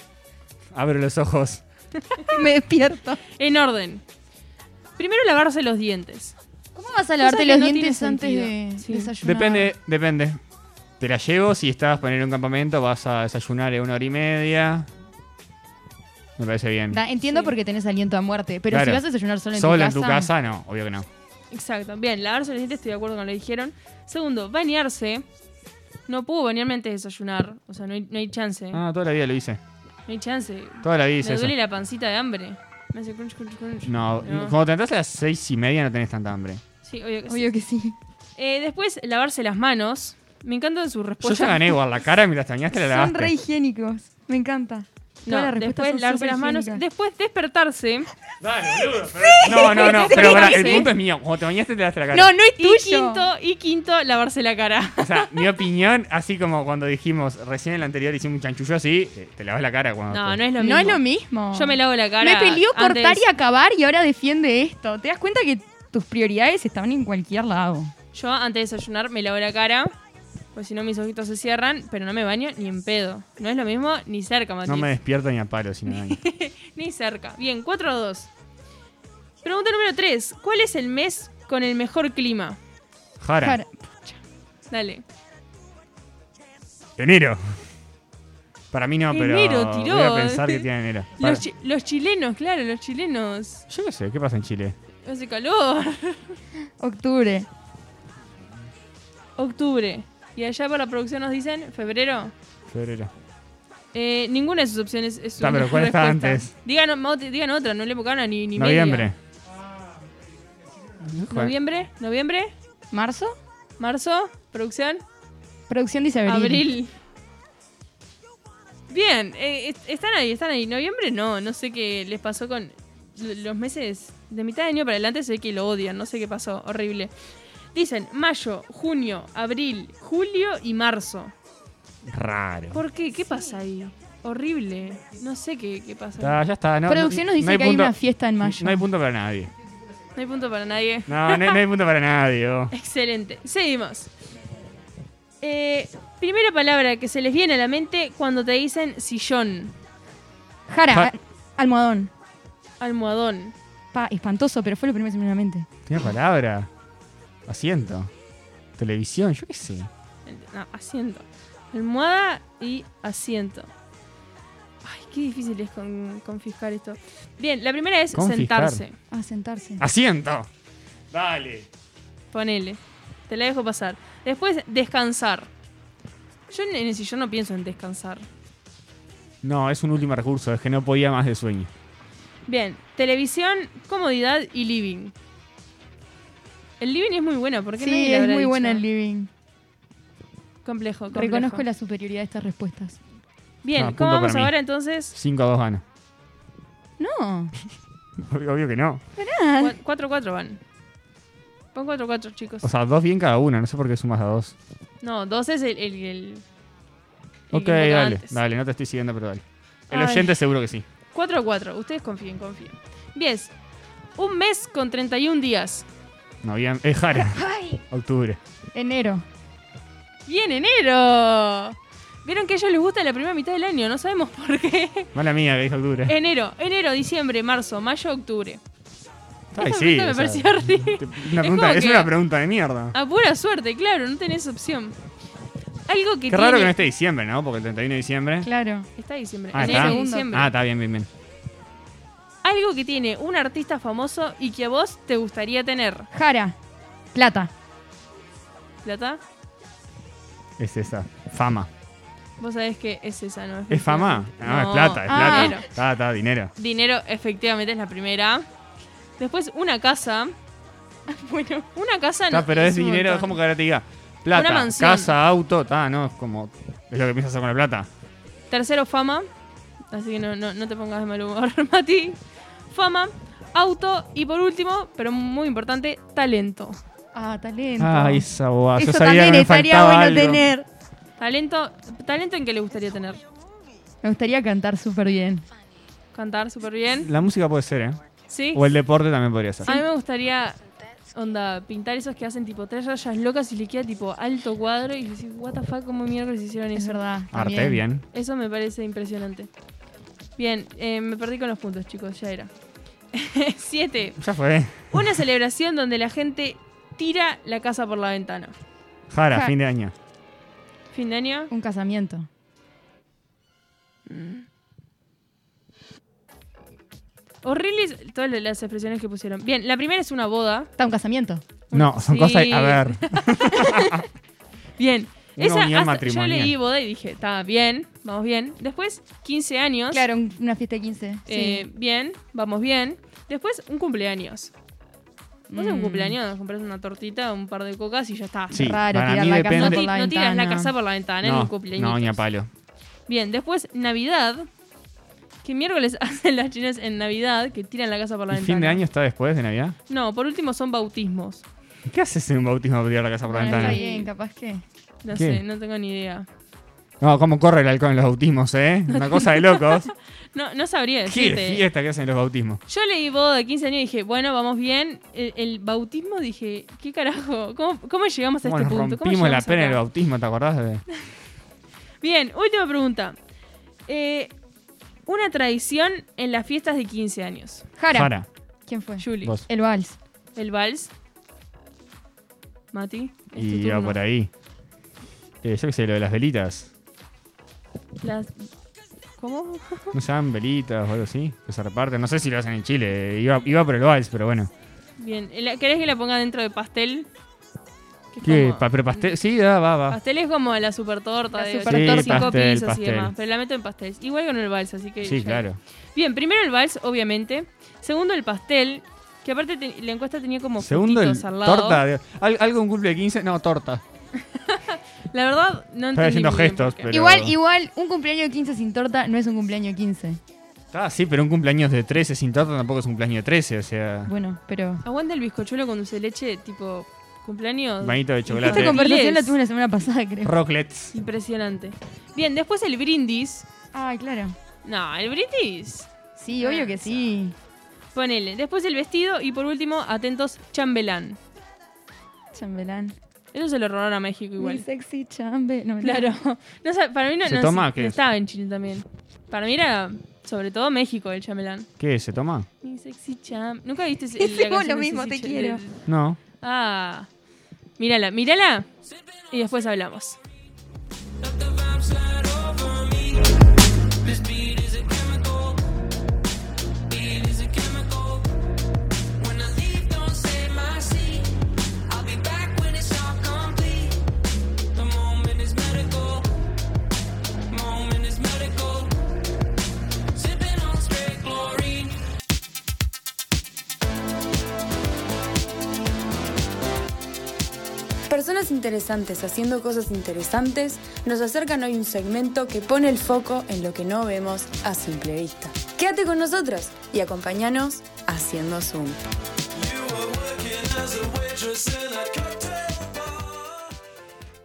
Speaker 2: Abro los ojos.
Speaker 4: Me despierto.
Speaker 3: En orden. Primero lavarse los dientes.
Speaker 4: ¿Cómo vas a
Speaker 3: Cosa
Speaker 4: lavarte
Speaker 3: que
Speaker 4: los
Speaker 3: no tiene
Speaker 4: dientes antes de
Speaker 3: sentido. Sí.
Speaker 4: desayunar?
Speaker 2: Depende, depende. Te la llevo, si estás poner un campamento, vas a desayunar en una hora y media. Me parece bien.
Speaker 4: Da- entiendo
Speaker 3: Sí.
Speaker 4: porque tenés aliento a muerte, pero
Speaker 2: Claro.
Speaker 4: si vas a desayunar solo en
Speaker 2: Solo en
Speaker 4: tu
Speaker 2: tu casa, no, obvio que no.
Speaker 3: Exacto. Bien, lavarse los dientes, estoy de acuerdo con lo que dijeron. Segundo, bañarse. No puedo bañarme antes de desayunar. O sea, no hay, no hay chance. No
Speaker 2: Ah, toda la vida lo hice.
Speaker 3: hay chance.
Speaker 2: Toda la vida
Speaker 3: Me
Speaker 2: hice eso.
Speaker 3: duele la pancita de hambre. Me hace crunch, crunch, crunch.
Speaker 2: No, cuando te entras a las seis y media no tenés tanta hambre.
Speaker 3: Sí, obvio que sí.
Speaker 4: Obvio que sí.
Speaker 3: Eh, después, lavarse las manos. Me encanta su
Speaker 2: Yo
Speaker 3: respuesta.
Speaker 2: ya gané igual la cara, mientras te bañaste la
Speaker 4: Pues Son re
Speaker 2: lavaste.
Speaker 4: higiénicos. Me encanta.
Speaker 3: No,
Speaker 4: Todas las respuestas
Speaker 3: después,
Speaker 4: son
Speaker 3: lavarse
Speaker 4: súper
Speaker 3: las manos.
Speaker 4: higiénicas.
Speaker 3: Después, despertarse.
Speaker 2: Dale, boludo. No, no, no, pero pará, el punto es mío. Cuando te bañaste te lavaste la cara.
Speaker 4: No, no es
Speaker 3: Y
Speaker 4: tuyo.
Speaker 3: quinto, y quinto, lavarse la cara.
Speaker 2: O sea, mi opinión, así como cuando dijimos recién en la anterior hicimos un chanchullo así, eh, te lavas la cara cuando.
Speaker 3: No,
Speaker 2: te-
Speaker 3: no es lo mismo.
Speaker 4: No es lo mismo.
Speaker 3: Yo me lavo la cara.
Speaker 4: Me peleó
Speaker 3: antes.
Speaker 4: cortar y acabar y ahora defiende esto. ¿Te das cuenta que tus prioridades estaban en cualquier lado?
Speaker 3: Yo antes de desayunar me lavo la cara, pues si no mis ojitos se cierran, pero no me baño ni en pedo. No es lo mismo ni cerca, Mati.
Speaker 2: No me despierto ni a palo si no me baño.
Speaker 3: Ni cerca. Bien, 4 a 2. Pregunta número 3. ¿Cuál es el mes con el mejor clima?
Speaker 2: Jara,
Speaker 4: Jara.
Speaker 3: Dale.
Speaker 2: enero. Para mí no, pero
Speaker 3: Enero, tiró.
Speaker 2: voy a pensar que tiene enero. Para-
Speaker 3: Los, chi- los chilenos, claro, los chilenos.
Speaker 2: Yo qué sé, ¿qué pasa en Chile?
Speaker 3: Hace calor.
Speaker 4: Octubre.
Speaker 3: Octubre. Y allá por la producción nos dicen febrero.
Speaker 2: Febrero.
Speaker 3: Eh, ninguna de sus opciones es
Speaker 2: Ah,
Speaker 3: una
Speaker 2: pero ¿cuál está
Speaker 3: respuesta.
Speaker 2: antes?
Speaker 3: Digan, Mau, te- digan otra, no le evocaron ni, ni media.
Speaker 2: Noviembre. Joder.
Speaker 3: Noviembre, noviembre,
Speaker 4: ¿Marzo?
Speaker 3: marzo, producción,
Speaker 4: Producción dice abril.
Speaker 3: abril. Bien, eh, est- están ahí, están ahí. Noviembre no, no sé qué les pasó con l- los meses de mitad de año para adelante, sé que lo odian, no sé qué pasó, horrible. Dicen mayo, junio, abril, julio y marzo.
Speaker 2: Raro.
Speaker 3: ¿Por qué? ¿Qué pasa ahí? Horrible. No sé qué, qué pasa.
Speaker 2: Está, ya está. No,
Speaker 4: Producción
Speaker 2: no-
Speaker 4: nos dice
Speaker 2: no hay
Speaker 4: que hay
Speaker 2: punto-
Speaker 4: una fiesta en mayo.
Speaker 2: No hay punto para nadie.
Speaker 3: No hay punto para nadie.
Speaker 2: No, no, hay- no hay punto para nadie. vos.
Speaker 3: Excelente. Seguimos. Eh, primera palabra que se les viene a la mente cuando te dicen sillón,
Speaker 4: Jara,
Speaker 2: Ja-
Speaker 4: a- almohadón.
Speaker 3: almohadón.
Speaker 4: Pa, espantoso, pero fue lo primero que se me vino a la mente.
Speaker 2: Tiene palabra. Asiento. Televisión, yo qué sé.
Speaker 3: No, asiento. Almohada y asiento. Ay, qué difícil es con- confiscar esto. Bien, la primera es
Speaker 2: Confiscar.
Speaker 3: sentarse.
Speaker 4: A sentarse.
Speaker 2: ¡Asiento! Dale.
Speaker 3: Ponele. Te la dejo pasar. Después, descansar. Yo en en el sillón no pienso en descansar.
Speaker 2: No, es un último recurso, es que no podía más de sueño.
Speaker 3: Bien, televisión, comodidad y living. El living es muy bueno, porque nadie
Speaker 4: Sí,
Speaker 3: le
Speaker 4: es
Speaker 3: habrá
Speaker 4: muy
Speaker 3: dicho?
Speaker 4: buena el living.
Speaker 3: Complejo, complejo.
Speaker 4: Reconozco la superioridad de estas respuestas.
Speaker 3: Bien,
Speaker 2: No, Ah, punto
Speaker 3: ¿cómo vamos
Speaker 2: para mí.
Speaker 3: ahora entonces?
Speaker 2: 5 a 2 gana.
Speaker 4: No.
Speaker 2: Obvio, obvio que no.
Speaker 3: Cu- 4-4 van. Pon 4-4, chicos.
Speaker 2: O sea, dos bien cada una, no sé por qué sumas a dos.
Speaker 3: no, 2 es el... el, el- el
Speaker 2: Ok,
Speaker 3: que votaba
Speaker 2: dale,
Speaker 3: antes.
Speaker 2: dale, no te estoy siguiendo, pero dale. El
Speaker 3: Ay.
Speaker 2: oyente seguro que sí.
Speaker 3: 4-4, ustedes confíen, confíen. 10. Un mes con 31 días.
Speaker 2: No había. Es Jara. eh, Octubre.
Speaker 4: Enero.
Speaker 3: ¡Y en enero! Vieron que a ellos les gusta la primera mitad del año, no sabemos por qué.
Speaker 2: Mala mía que dijo octubre.
Speaker 3: Enero, enero, diciembre, marzo, mayo, octubre.
Speaker 2: Ay,
Speaker 3: esa
Speaker 2: sí.
Speaker 3: pregunta me
Speaker 2: o sea,
Speaker 3: pareció horrible.
Speaker 2: te- Una pregunta,
Speaker 3: como
Speaker 2: es
Speaker 3: que-
Speaker 2: una pregunta de mierda.
Speaker 3: A pura suerte, claro, no tenés opción. Algo que
Speaker 2: Qué raro que no
Speaker 3: tiene-
Speaker 2: esté diciembre, ¿no? Porque el 31 de diciembre.
Speaker 4: Claro.
Speaker 3: Está diciembre.
Speaker 2: Ah,
Speaker 3: enero,
Speaker 4: ¿está?
Speaker 3: diciembre.
Speaker 2: Ah, está bien, bien, bien.
Speaker 3: Algo que tiene un artista famoso y que a vos te gustaría tener.
Speaker 4: Jara. Plata.
Speaker 3: ¿Plata?
Speaker 2: Es esa. Fama.
Speaker 3: Vos sabés que es esa, ¿no?
Speaker 2: ¿Es fama? No, es plata, es
Speaker 4: Ah.
Speaker 2: plata.
Speaker 3: Dinero.
Speaker 2: Está, está, dinero.
Speaker 3: Dinero, efectivamente, es la primera. Después, una casa. Bueno, una casa
Speaker 2: Está,
Speaker 3: no,
Speaker 2: pero es
Speaker 3: un
Speaker 2: dinero, es
Speaker 3: montón.
Speaker 2: como que ahora te diga. Plata,
Speaker 3: Una mansión.
Speaker 2: casa, auto, está, no, es como. Es lo que piensas hacer con la plata.
Speaker 3: Tercero, fama. Así que no, no, no te pongas de mal humor, Mati. Fama, auto y por último, pero muy importante, talento.
Speaker 4: Ah, talento.
Speaker 2: Ay, esa boba. Yo
Speaker 4: Eso
Speaker 2: sabía que
Speaker 4: también
Speaker 2: me
Speaker 4: estaría
Speaker 2: faltaba
Speaker 4: bueno
Speaker 2: algo.
Speaker 4: tener.
Speaker 3: Talento, talento en que le gustaría tener.
Speaker 4: Me gustaría cantar súper bien.
Speaker 3: Cantar súper bien.
Speaker 2: La música puede ser, ¿eh?
Speaker 3: Sí.
Speaker 2: O el deporte también podría ser.
Speaker 3: A mí me gustaría, onda, pintar esos que hacen tipo tres rayas locas y le queda tipo alto cuadro y decir, what the fuck, cómo miércoles hicieron
Speaker 4: Es
Speaker 3: eso.
Speaker 4: verdad.
Speaker 2: Arte,
Speaker 4: también.
Speaker 2: bien.
Speaker 3: Eso me parece impresionante. Bien, eh, me perdí con los puntos, chicos, ya era. Siete.
Speaker 2: Ya fue.
Speaker 3: Una celebración donde la gente tira la casa por la ventana.
Speaker 2: Jara,
Speaker 4: Ja.
Speaker 2: fin de año.
Speaker 3: Fin de año.
Speaker 4: Un casamiento.
Speaker 3: Horribles todas las expresiones que pusieron. Bien, la primera es una boda.
Speaker 4: Está un casamiento.
Speaker 2: No, son
Speaker 3: Sí.
Speaker 2: cosas. A ver.
Speaker 3: Bien.
Speaker 2: Una unión
Speaker 3: hasta- yo
Speaker 2: matrimonial.
Speaker 3: leí boda y dije, está bien, vamos bien. Después, 15 años.
Speaker 4: Claro, un- una fiesta de 15.
Speaker 3: Eh, Bien, vamos bien. Después, un cumpleaños. Vos en un
Speaker 4: Mm.
Speaker 3: cumpleaños compras una tortita, un par de cocas y ya está.
Speaker 2: Sí,
Speaker 4: Raro
Speaker 2: para
Speaker 4: tirar
Speaker 2: mí
Speaker 4: la casa
Speaker 3: No,
Speaker 2: depende.
Speaker 3: ti-
Speaker 4: por la
Speaker 3: no tiras la
Speaker 4: ventana.
Speaker 3: casa por la ventana en un
Speaker 2: No,
Speaker 3: cumpleaños.
Speaker 2: no, ni a palo.
Speaker 3: Bien, después, Navidad. Que miércoles hacen las chinas en Navidad, que tiran la casa por la
Speaker 2: ¿Y
Speaker 3: ventana.
Speaker 2: fin de año está después de Navidad?
Speaker 3: No, por último son bautismo
Speaker 2: ¿Qué haces en un bautismo para tirar la casa por la
Speaker 3: Bueno,
Speaker 2: ventana?
Speaker 3: ahí.
Speaker 4: bien, capaz que.
Speaker 3: No
Speaker 2: ¿Qué?
Speaker 3: sé, no tengo ni idea.
Speaker 2: No, cómo corre el alcohol en los bautismos, ¿eh? Una cosa de locos.
Speaker 3: No, no sabría
Speaker 2: ¿Qué
Speaker 3: decirte.
Speaker 2: fiesta que hacen en los bautismos?
Speaker 3: Yo leí boda de 15 años y dije, bueno, vamos bien. El, el bautismo dije, ¿qué carajo? ¿Cómo, cómo llegamos a
Speaker 2: Bueno,
Speaker 3: este punto? ¿Cómo
Speaker 2: rompimos la
Speaker 3: llegamos
Speaker 2: pena del
Speaker 3: acá?
Speaker 2: bautismo, ¿te acordás? De...
Speaker 3: Bien, última pregunta. Eh, una tradición en las fiestas de 15 años.
Speaker 4: Jara.
Speaker 2: Jara,
Speaker 4: ¿Quién fue?
Speaker 3: Julie,
Speaker 2: vos.
Speaker 4: El vals.
Speaker 3: el vals. Mati, Este es tu
Speaker 2: Y va
Speaker 3: turno.
Speaker 2: por ahí. Eh, yo qué sé, lo de las velitas.
Speaker 3: Las- ¿Cómo?
Speaker 2: ¿No se dan velitas o algo así? Que se reparten. No sé si lo hacen en Chile. Iba, iba por el vals, pero bueno.
Speaker 3: Bien, eh, la- ¿querés que la ponga dentro de pastel? Que Es
Speaker 2: ¿Qué?
Speaker 3: como-
Speaker 2: Pa- pero pastel. Sí, da, va, va.
Speaker 3: pastel es como la super torta
Speaker 4: La
Speaker 3: de
Speaker 4: super
Speaker 3: ocho-
Speaker 4: torta.
Speaker 3: cinco
Speaker 2: pastel,
Speaker 3: pisos
Speaker 2: pastel.
Speaker 3: y demás. Pero la meto en pastel. Igual con el vals, así que.
Speaker 2: Sí,
Speaker 3: ya-
Speaker 2: claro.
Speaker 3: Bien, primero el vals, obviamente. Segundo el pastel, que aparte te- la encuesta tenía como
Speaker 2: Segundo, el-
Speaker 3: puntitos al lado.
Speaker 2: torta. de- al- algo un cumple de 15. No, torta.
Speaker 3: La verdad, no entendí.
Speaker 2: Estaba haciendo
Speaker 3: muy bien
Speaker 2: gestos,
Speaker 3: por qué.
Speaker 2: pero.
Speaker 4: Igual, igual, un cumpleaños de 15 sin torta no es un cumpleaños de 15.
Speaker 2: Ah, sí, pero un cumpleaños de 13 sin torta tampoco es un cumpleaños de 13, o sea.
Speaker 4: Bueno, pero.
Speaker 3: Aguanta el bizcochuelo con dulce de leche, tipo cumpleaños.
Speaker 2: Manito de
Speaker 4: Esta
Speaker 2: chocolate.
Speaker 3: Infantil.
Speaker 4: conversación la
Speaker 3: Miles.
Speaker 4: tuve la semana pasada, creo.
Speaker 2: Rocklets.
Speaker 3: Impresionante. Bien, después el brindis.
Speaker 4: Ah, claro.
Speaker 3: No, el brindis.
Speaker 4: Sí, obvio que sí.
Speaker 3: Ponele. Después el vestido y por último, atentos, chambelán.
Speaker 4: Chambelán.
Speaker 3: Eso se lo robaron a México igual.
Speaker 4: Mi sexy chambe. No, mentira.
Speaker 3: Claro. No, sé, para mí no,
Speaker 2: ¿Se
Speaker 3: no-
Speaker 2: toma?
Speaker 3: no
Speaker 2: ¿Qué es?
Speaker 3: estaba en Chile también. Para mí era sobre todo México el chambelán.
Speaker 2: ¿Qué? ¿Se toma?
Speaker 3: Mi sexy cham. ¿Nunca viste ese-
Speaker 4: Hicimos
Speaker 3: la canción
Speaker 4: lo
Speaker 3: de
Speaker 4: mismo,
Speaker 3: sexy
Speaker 4: te
Speaker 3: cha-
Speaker 4: quiero.
Speaker 3: de-
Speaker 2: No.
Speaker 3: Ah. Mírala, mírala. Y después hablamos.
Speaker 5: Personas interesantes haciendo cosas interesantes nos acercan hoy un segmento que pone el foco en lo que no vemos a simple vista. Quédate con nosotros y acompáñanos haciendo Zoom.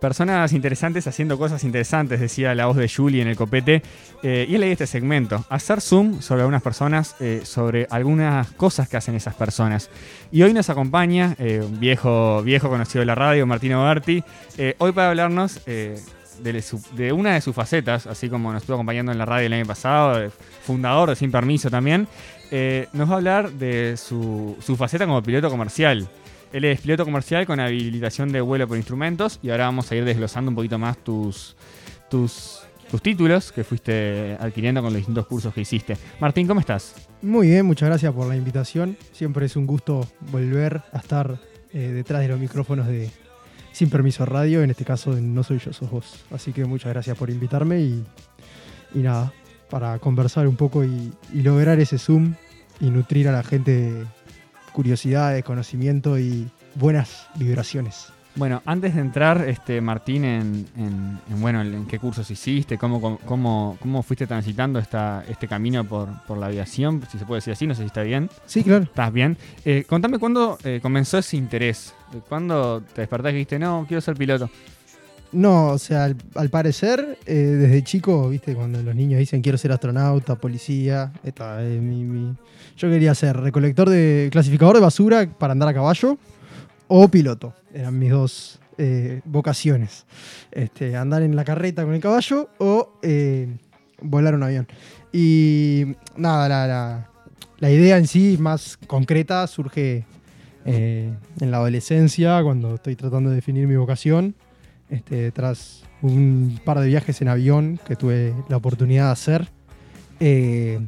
Speaker 2: Personas interesantes haciendo cosas interesantes, decía la voz de Julie en el copete. Eh, y él leí este segmento, hacer zoom sobre algunas personas, eh, sobre algunas cosas que hacen esas personas. Y hoy nos acompaña eh, un viejo, viejo conocido de la radio, Martino Berti, eh, hoy para hablarnos eh, de, le- su- de una de sus facetas, así como nos estuvo acompañando en la radio el año pasado, eh, fundador de Sin Permiso también, eh, nos va a hablar de su, su faceta como piloto comercial. Él es piloto comercial con habilitación de vuelo por instrumentos y ahora vamos a ir desglosando un poquito más tus, tus, tus títulos que fuiste adquiriendo con los distintos cursos que hiciste. Martín, ¿cómo estás?
Speaker 6: Muy bien, muchas gracias por la invitación. Siempre es un gusto volver a estar eh, detrás de los micrófonos de Sin Permiso Radio, en este caso de No Soy Yo, Sos Vos. Así que muchas gracias por invitarme y, y nada, para conversar un poco y, y lograr ese Zoom y nutrir a la gente de curiosidades, conocimiento y buenas vibraciones.
Speaker 2: Bueno, antes de entrar, este, Martín, en, en- en, bueno, en qué cursos hiciste, cómo, cómo, cómo fuiste transitando esta, este camino por, por la aviación, si se puede decir así, no sé si está bien.
Speaker 6: Sí, claro.
Speaker 2: ¿Estás bien? Eh, contame cuándo eh, comenzó ese interés. Eh, ¿Cuándo te despertaste y dijiste, no, quiero ser piloto?
Speaker 6: No, o sea, al, al parecer, eh, desde chico, viste, cuando los niños dicen quiero ser astronauta, policía, esta, eh, mi- mi- yo quería ser recolector de, clasificador de basura para andar a caballo o piloto. Eran mis dos eh, vocaciones. Este, andar en la carreta con el caballo o eh, volar un avión. Y nada, la, la- la idea en sí más concreta surge eh, en la adolescencia, cuando estoy tratando de definir mi vocación este, tras un par de viajes en avión que tuve la oportunidad de hacer. Eh,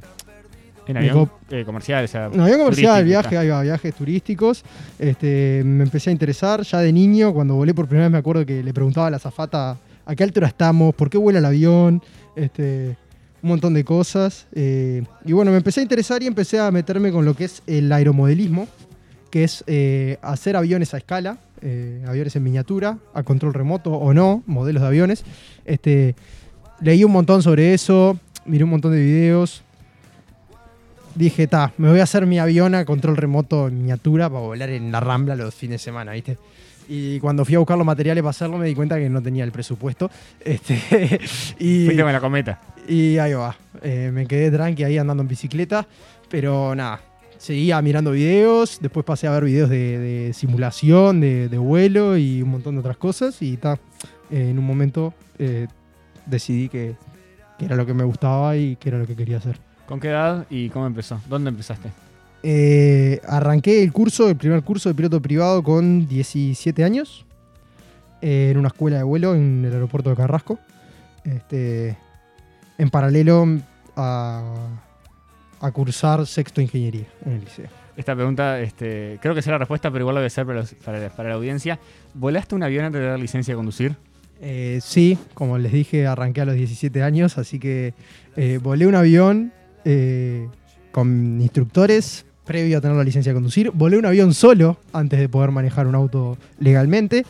Speaker 2: En
Speaker 6: Me
Speaker 2: avión
Speaker 6: cop-
Speaker 2: eh, comercial, o sea,
Speaker 6: no, avión comercial,
Speaker 2: turístico,
Speaker 6: viaje, ahí va, viajes turísticos. Este, me empecé a interesar ya de niño, cuando volé por primera vez me acuerdo que le preguntaba a la zafata a qué altura estamos, por qué vuela el avión, este, un montón de cosas. Eh, y bueno, me empecé a interesar y empecé a meterme con lo que es el aeromodelismo, que es eh, hacer aviones a escala, eh, aviones en miniatura, a control remoto o no, modelos de aviones. Este, leí un montón sobre eso, miré un montón de videos, dije, ta, me voy a hacer mi avión a control remoto en miniatura para volar en la rambla los fines de semana, ¿viste? Y cuando fui a buscar los materiales para hacerlo me di cuenta que no tenía el presupuesto. Este, y,
Speaker 2: Fuiste con la cometa.
Speaker 6: y ahí va. Eh, me quedé tranqui ahí andando en bicicleta. Pero nada, seguía mirando videos. Después pasé a ver videos de, de simulación, de, de vuelo y un montón de otras cosas. Y ta, eh, en un momento eh, decidí que, que era lo que me gustaba y que era lo que quería hacer.
Speaker 2: ¿Con qué edad y cómo empezó? ¿Dónde empezaste?
Speaker 6: Eh, arranqué el curso, el primer curso de piloto privado con 17 años. eh, en una escuela de vuelo en el aeropuerto de Carrasco. Este, en paralelo a, a cursar sexto ingeniería en el liceo.
Speaker 2: Esta pregunta, este, creo que sé la respuesta, pero igual la voy a hacer para, los- para- para la audiencia. ¿Volaste un avión antes de dar licencia de conducir?
Speaker 6: Eh, sí, como les dije, arranqué a los 17 años, así que eh, volé un avión eh, con instructores previo a tener la licencia de conducir. Volé un avión solo antes de poder manejar un auto legalmente.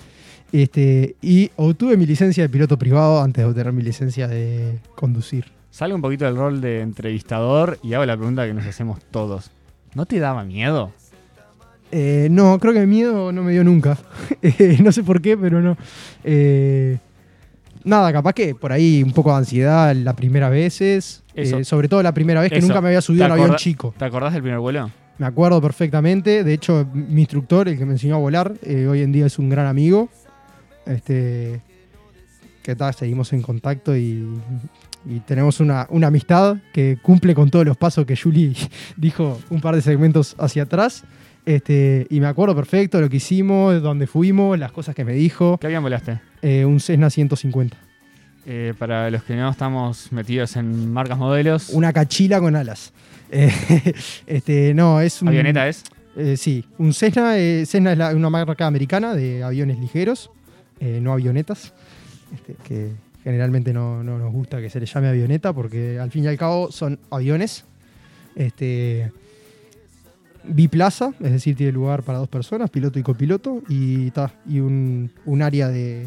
Speaker 6: Este, y obtuve mi licencia de piloto privado antes de obtener mi licencia de conducir.
Speaker 2: Salgo un poquito del rol de entrevistador y hago la pregunta que nos hacemos todos. ¿No te daba miedo?
Speaker 6: Eh, no, creo que miedo no me dio nunca. Eh, no sé por qué, pero no. Eh, nada, capaz que por ahí un poco de ansiedad las primeras veces.
Speaker 2: Eso.
Speaker 6: Eh, sobre todo la primera vez que
Speaker 2: Eso.
Speaker 6: nunca me había subido a
Speaker 2: ¿Te
Speaker 6: un avión
Speaker 2: acorda-
Speaker 6: chico.
Speaker 2: ¿Te acordás del primer vuelo?
Speaker 6: Me acuerdo perfectamente. De hecho, mi instructor, el que me enseñó a volar, eh, hoy en día es un gran amigo. Este, ¿Qué tal? Seguimos en contacto y, y tenemos una, una amistad que cumple con todos los pasos que Julie dijo un par de segmentos hacia atrás. Este, y me acuerdo perfecto lo que hicimos, dónde fuimos, las cosas que me dijo.
Speaker 2: ¿Qué avión volaste?
Speaker 6: Eh, un Cessna 150.
Speaker 2: Eh, para los que no estamos metidos en marcas modelos,
Speaker 6: Una cachila con alas. Eh, este, no, es un.
Speaker 2: avioneta es.
Speaker 6: Eh, sí, un Cessna, eh, Cessna es la- una marca americana de aviones ligeros, eh, no avionetas, este, que generalmente no, no nos gusta que se les llame avioneta porque al fin y al cabo son aviones. Este, biplaza, es decir, tiene lugar para dos personas, piloto y copiloto, y, ta, y un, un área de,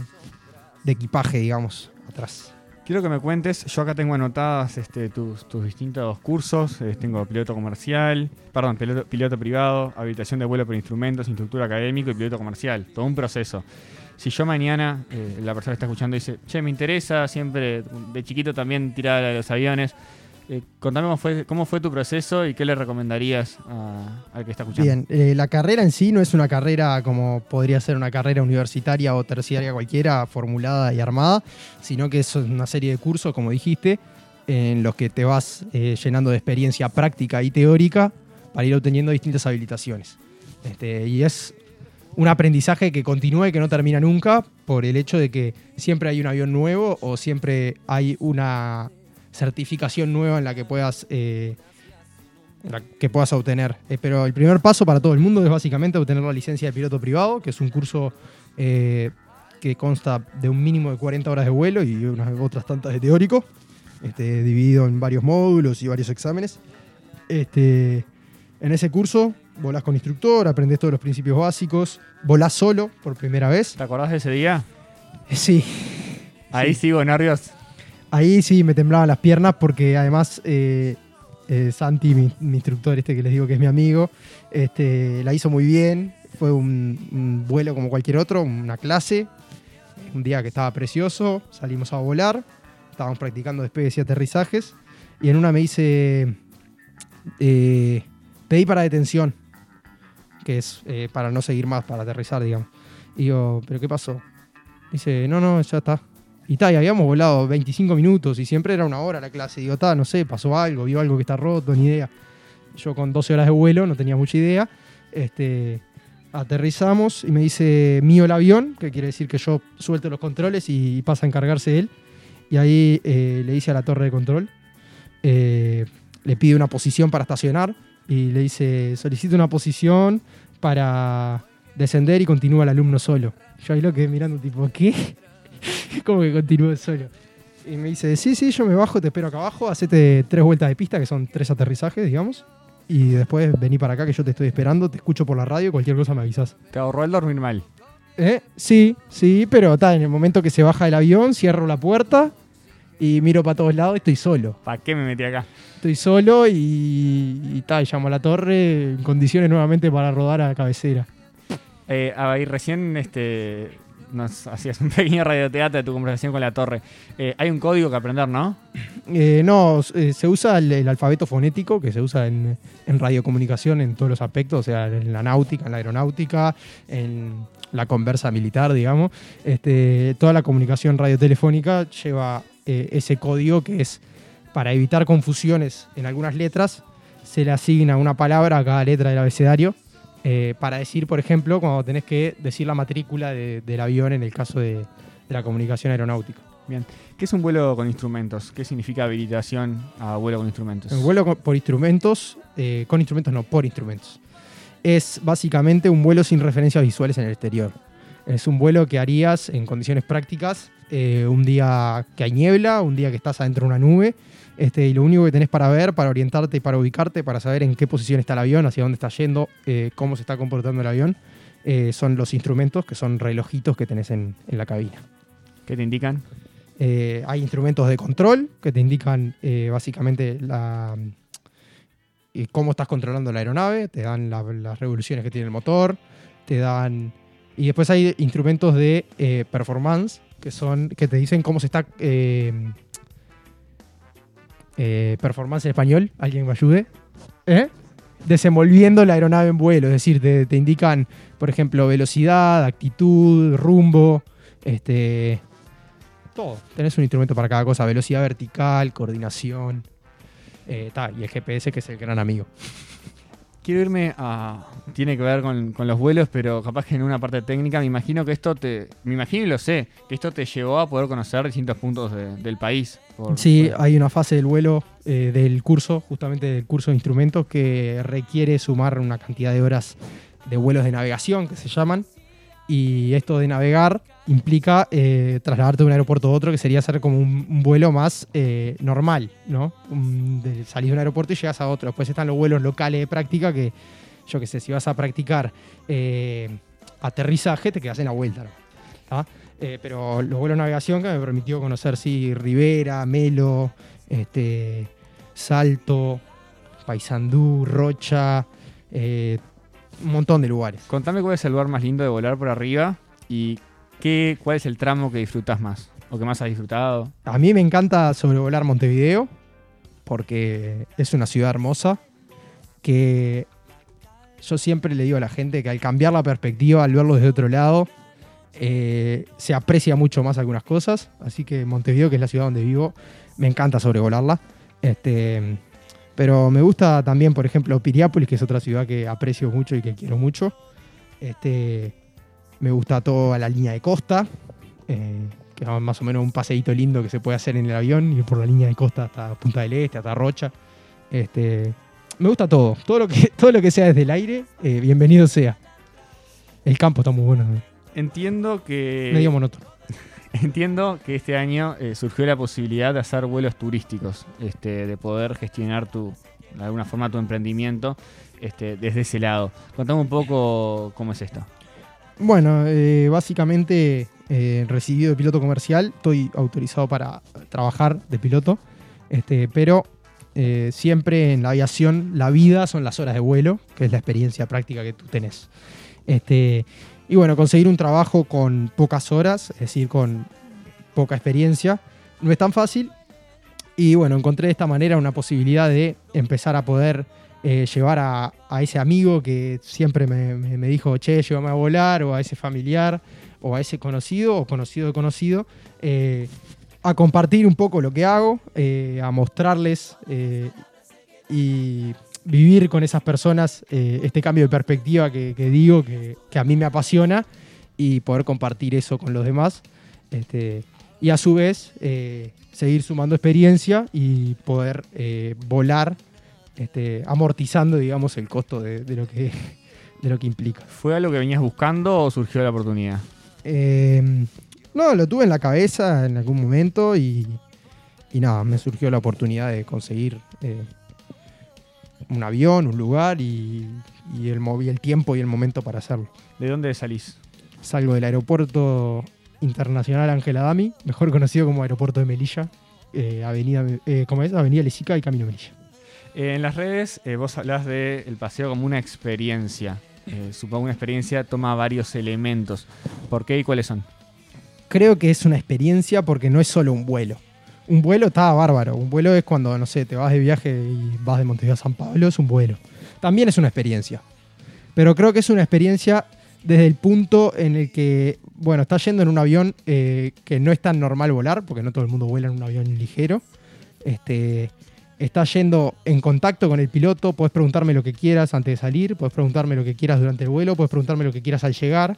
Speaker 6: de equipaje, digamos, atrás.
Speaker 2: Quiero que me cuentes, yo acá tengo anotadas este, tus, tus distintos cursos, eh, tengo piloto comercial, perdón, piloto, piloto privado, habilitación de vuelo por instrumentos, instructor académico y piloto comercial, todo un proceso. Si yo mañana, eh, la persona que está escuchando dice, che, me interesa, siempre de chiquito también tiraba de los aviones, eh, contame cómo fue, cómo fue tu proceso y qué le recomendarías a- al que está escuchando.
Speaker 6: Bien, eh, la carrera en sí no es una carrera como podría ser una carrera universitaria o terciaria cualquiera, formulada y armada, sino que es una serie de cursos, como dijiste, en los que te vas eh, llenando de experiencia práctica y teórica para ir obteniendo distintas habilitaciones. Este, y es un aprendizaje que continúa y que no termina nunca por el hecho de que siempre hay un avión nuevo o siempre hay una certificación nueva en la que puedas... eh, la que puedas obtener. Eh, pero el primer paso para todo el mundo es básicamente obtener la licencia de piloto privado, que es un curso eh, que consta de un mínimo de 40 horas de vuelo y unas otras tantas de teórico, este, dividido en varios módulos y varios exámenes. Este, en ese curso volás con instructor, aprendés todos los principios básicos, volás solo por primera vez.
Speaker 2: ¿Te acordás de ese día?
Speaker 6: Sí,
Speaker 2: Ahí sigo nervios.
Speaker 6: Ahí sí me temblaban las piernas porque además eh, eh, Santi, mi, mi instructor, este que les digo que es mi amigo, este, la hizo muy bien. Fue un, un vuelo como cualquier otro, una clase. Un día que estaba precioso, salimos a volar, estábamos practicando despegues y aterrizajes. Y en una me dice, eh, pedí para detención, que es eh, para no seguir más, para aterrizar, digamos. Y digo, ¿pero qué pasó? Dice, no, no, ya está. Y ta, y habíamos volado 25 minutos y siempre era una hora la clase. Digo, ta, no sé, pasó algo, vio algo que está roto, ni idea. Yo con 12 horas de vuelo no tenía mucha idea. Este, aterrizamos y me dice mío el avión, que quiere decir que yo suelto los controles y pasa a encargarse él. Y ahí eh, le dice a la torre de control, eh, le pide una posición para estacionar y le dice, solicito una posición para descender y continúa el alumno solo. Yo ahí lo quedé mirando tipo, ¿qué? como que continúo solo. Y me dice, sí, sí, yo me bajo, te espero acá abajo, hacete tres vueltas de pista, que son tres aterrizajes, digamos. Y después vení para acá, que yo te estoy esperando, te escucho por la radio, cualquier cosa me avisas.
Speaker 2: Te ahorró el dormir mal.
Speaker 6: ¿Eh? Sí, sí, pero está, en el momento que se baja el avión, cierro la puerta y miro para todos lados, estoy solo.
Speaker 2: ¿Para qué me metí acá?
Speaker 6: Estoy solo y, y ta, y llamo a la torre en condiciones nuevamente para rodar a cabecera.
Speaker 2: Eh, ahí recién este, nos hacías un pequeño radioteatro de tu conversación con la torre. Eh, hay un código que aprender, ¿no?
Speaker 6: Eh, no, eh, se usa el, el alfabeto fonético que se usa en, en radiocomunicación en todos los aspectos, o sea, en la náutica, en la aeronáutica, en la conversa militar, digamos. Este, toda la comunicación radiotelefónica lleva eh, ese código que es para evitar confusiones en algunas letras, se le asigna una palabra a cada letra del abecedario. eh, para decir, por ejemplo, cuando tenés que decir la matrícula de- del avión en el caso de- de la comunicación aeronáutica.
Speaker 2: ¿Qué es un vuelo con instrumentos? ¿Qué significa habilitación a vuelo con instrumentos?
Speaker 6: En vuelo con- por instrumentos, eh, con instrumentos no, por instrumentos. es básicamente un vuelo sin referencias visuales en el exterior. Es un vuelo que harías en condiciones prácticas, eh, un día que hay niebla, un día que estás adentro de una nube, este, y lo único que tenés para ver, para orientarte y para ubicarte, para saber en qué posición está el avión, hacia dónde está yendo, eh, cómo se está comportando el avión, eh, son los instrumentos que son relojitos que tenés en, en la cabina.
Speaker 2: ¿Qué te indican?
Speaker 6: Eh, hay instrumentos de control que te indican eh, básicamente la, eh, cómo estás controlando la aeronave, te dan la- las revoluciones que tiene el motor, te dan... Y después hay instrumentos de eh, performance que, son, que te dicen cómo se está... eh, eh, performance en español, alguien me ayude. ¿Eh? Desenvolviendo la aeronave en vuelo, es decir, te, te indican, por ejemplo, velocidad, actitud, rumbo, este, todo. Tenés un instrumento para cada cosa, velocidad vertical, coordinación, eh, ta, y el GPS que es el gran amigo.
Speaker 2: Quiero irme a. Tiene que ver con, con los vuelos, pero capaz que en una parte técnica. Me imagino que esto te. Me imagino y lo sé, que esto te llevó a poder conocer distintos puntos de- del país. por-
Speaker 6: Sí,
Speaker 2: por-
Speaker 6: hay una fase del vuelo eh, del curso, justamente del curso de instrumentos, que requiere sumar una cantidad de horas de vuelos de navegación, que se llaman. Y esto de navegar implica eh, trasladarte de un aeropuerto a otro, que sería hacer como un, un vuelo más eh, normal, ¿no? Un- de- salís de un aeropuerto y llegas a otro. Después están los vuelos locales de práctica, que yo qué sé, si vas a practicar eh, aterrizaje, te quedas en la vuelta, ¿no? ¿Tá? Eh, pero los vuelos de navegación que me permitió conocer, sí, Rivera, Melo, este, Salto, Paysandú, Rocha, eh, un montón de lugares.
Speaker 2: Contame cuál es el lugar más lindo de volar por arriba y qué, cuál es el tramo que disfrutas más o que más has disfrutado.
Speaker 6: A mí me encanta sobrevolar Montevideo porque es una ciudad hermosa que yo siempre le digo a la gente que al cambiar la perspectiva, al verlo desde otro lado, eh, se aprecia mucho más algunas cosas. Así que Montevideo, que es la ciudad donde vivo, me encanta sobrevolarla. Este, pero me gusta también, por ejemplo, Piriápolis, que es otra ciudad que aprecio mucho y que quiero mucho. Este, me gusta toda la línea de costa, eh, que es más o menos un paseíto lindo que se puede hacer en el avión, ir por la línea de costa hasta Punta del Este, hasta Rocha. Este, me gusta todo, todo lo que, todo lo que sea desde el aire, eh, bienvenido sea. El campo está muy bueno, ¿no?
Speaker 2: Entiendo que.
Speaker 6: medio monótono.
Speaker 2: Entiendo que este año eh, surgió la posibilidad de hacer vuelos turísticos, este, de poder gestionar tu, de alguna forma tu emprendimiento este, desde ese lado. Contame un poco cómo es esto.
Speaker 6: Bueno, eh, básicamente eh, recibido de piloto comercial, estoy autorizado para trabajar de piloto, este, pero eh, siempre en la aviación la vida son las horas de vuelo, que es la experiencia práctica que tú tenés. Este, y bueno, conseguir un trabajo con pocas horas, es decir, con poca experiencia, no es tan fácil. Y bueno, encontré de esta manera una posibilidad de empezar a poder eh, llevar a, a ese amigo que siempre me, me- me dijo, che, llévame a volar, o a ese familiar, o a ese conocido, o conocido de conocido, eh, a compartir un poco lo que hago, eh, a mostrarles eh, y vivir con esas personas eh, este cambio de perspectiva que, que digo, que, que a mí me apasiona, y poder compartir eso con los demás. Este, y a su vez, eh, seguir sumando experiencia y poder eh, volar este, amortizando, digamos, el costo de, de lo, que, de lo que implica.
Speaker 2: ¿Fue algo que venías buscando o surgió la oportunidad?
Speaker 6: Eh, no, lo tuve en la cabeza en algún momento y, y nada, me surgió la oportunidad de conseguir eh, un avión, un lugar y, y el, mo- y el tiempo y el momento para hacerlo.
Speaker 2: ¿De dónde salís?
Speaker 6: Salgo del aeropuerto internacional Ángel Adami, mejor conocido como aeropuerto de Melilla, eh, avenida, eh, ¿cómo es? Avenida Lesica y Camino Melilla.
Speaker 2: Eh, en las redes eh, vos hablás del paseo como una experiencia. Eh, supongo una experiencia toma varios elementos. ¿Por qué y cuáles son?
Speaker 6: creo que es una experiencia porque no es solo un vuelo. Un vuelo está bárbaro. Un vuelo es cuando, no sé, te vas de viaje y vas de Montevideo a San Pablo, es un vuelo. También es una experiencia. Pero creo que es una experiencia desde el punto en el que, bueno, estás yendo en un avión eh, que no es tan normal volar, porque no todo el mundo vuela en un avión ligero. Este, estás yendo en contacto con el piloto, puedes preguntarme lo que quieras antes de salir, puedes preguntarme lo que quieras durante el vuelo, puedes preguntarme lo que quieras al llegar.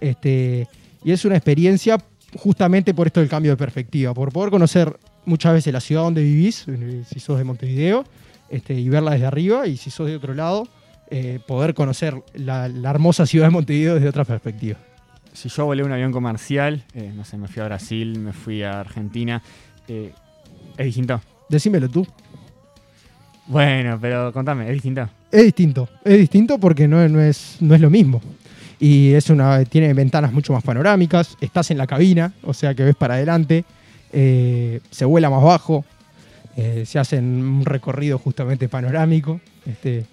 Speaker 6: Este, y es una experiencia justamente por esto del cambio de perspectiva, por poder conocer muchas veces la ciudad donde vivís, eh, si sos de Montevideo, este, y verla desde arriba, y si sos de otro lado, eh, poder conocer la, la hermosa ciudad de Montevideo desde otra perspectiva.
Speaker 2: Si yo volé un avión comercial, eh, no sé, me fui a Brasil, me fui a Argentina, eh, es distinto.
Speaker 6: Decímelo tú.
Speaker 2: Bueno, pero contame, es distinto.
Speaker 6: Es distinto, es distinto porque no, no es, no es lo mismo. Y es una, tiene ventanas mucho más panorámicas, estás en la cabina, o sea que ves para adelante, eh, se vuela más bajo, eh, se hacen un recorrido justamente panorámico. Este,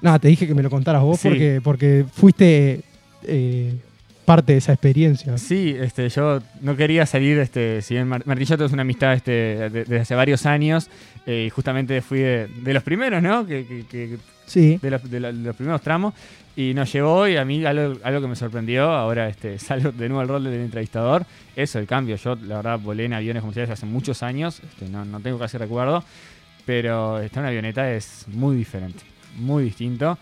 Speaker 6: nada, te dije que me lo contaras vos
Speaker 2: Sí.
Speaker 6: porque, porque fuiste eh, parte de esa experiencia.
Speaker 2: Sí, este, yo no quería salir, este, si bien Mar- Martín Yotto es una amistad este, de- desde hace varios años, eh, y justamente fui de, de los primeros, ¿no? Que- que- que
Speaker 6: Sí.
Speaker 2: de, los- de la- de los primeros tramos y nos llevó y a mí algo, algo que me sorprendió, ahora este, salgo de nuevo al rol del entrevistador, eso, el cambio. Yo la verdad volé en aviones comerciales hace muchos años, este, no, no tengo casi recuerdo, pero estar en una avioneta es muy diferente, muy distinto.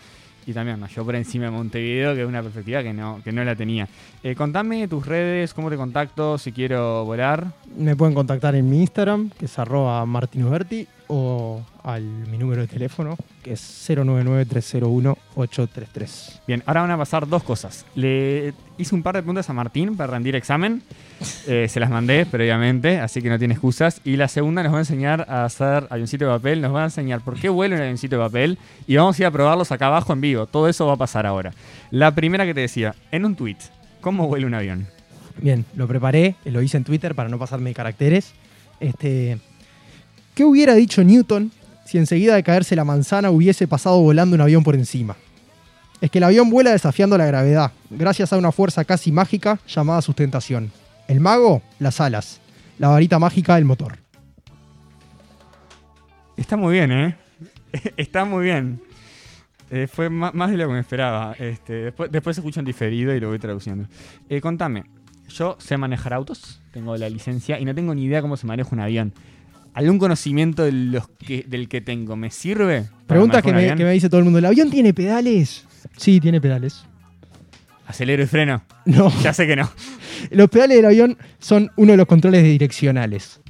Speaker 2: Y también nos llevó por encima de Montevideo, que es una perspectiva que no, que no la tenía. Eh, contame tus redes, cómo te contacto, si quiero volar.
Speaker 6: Me pueden contactar en mi Instagram, que es arroba martinoberti, o al mi número de teléfono, que es 099-301-833.
Speaker 2: Bien, ahora van a pasar dos cosas. Le hice un par de preguntas a Martín para rendir examen. Eh, se las mandé previamente, así que no tiene excusas. Y la segunda nos va a enseñar a hacer avioncito de papel. Nos va a enseñar por qué vuela un avioncito de papel. Y vamos a ir a probarlos acá abajo en vivo. Todo eso va a pasar ahora. La primera que te decía, en un tweet, ¿cómo vuela un avión?
Speaker 6: Bien, lo preparé, lo hice en Twitter para no pasarme de caracteres. Este, ¿Qué hubiera dicho Newton si enseguida de caerse la manzana hubiese pasado volando un avión por encima? Es que el avión vuela desafiando la gravedad, gracias a una fuerza casi mágica llamada sustentación. El mago, las alas. La varita mágica, el motor.
Speaker 2: Está muy bien, ¿eh? Está muy bien. Eh, fue ma- más de lo que me esperaba. Este, después, después escucho en diferido y lo voy traduciendo. Eh, contame, yo sé manejar autos, tengo la licencia y no tengo ni idea cómo se maneja un avión. ¿Algún conocimiento de los que, del que tengo me sirve? para
Speaker 6: Pregunta
Speaker 2: manejar
Speaker 6: que
Speaker 2: un
Speaker 6: me,
Speaker 2: avión?
Speaker 6: que me dice todo el mundo. ¿El avión tiene pedales? Sí, tiene pedales.
Speaker 2: Acelero y freno.
Speaker 6: No,
Speaker 2: Ya sé que no.
Speaker 6: los pedales del avión son uno de los controles direccionales.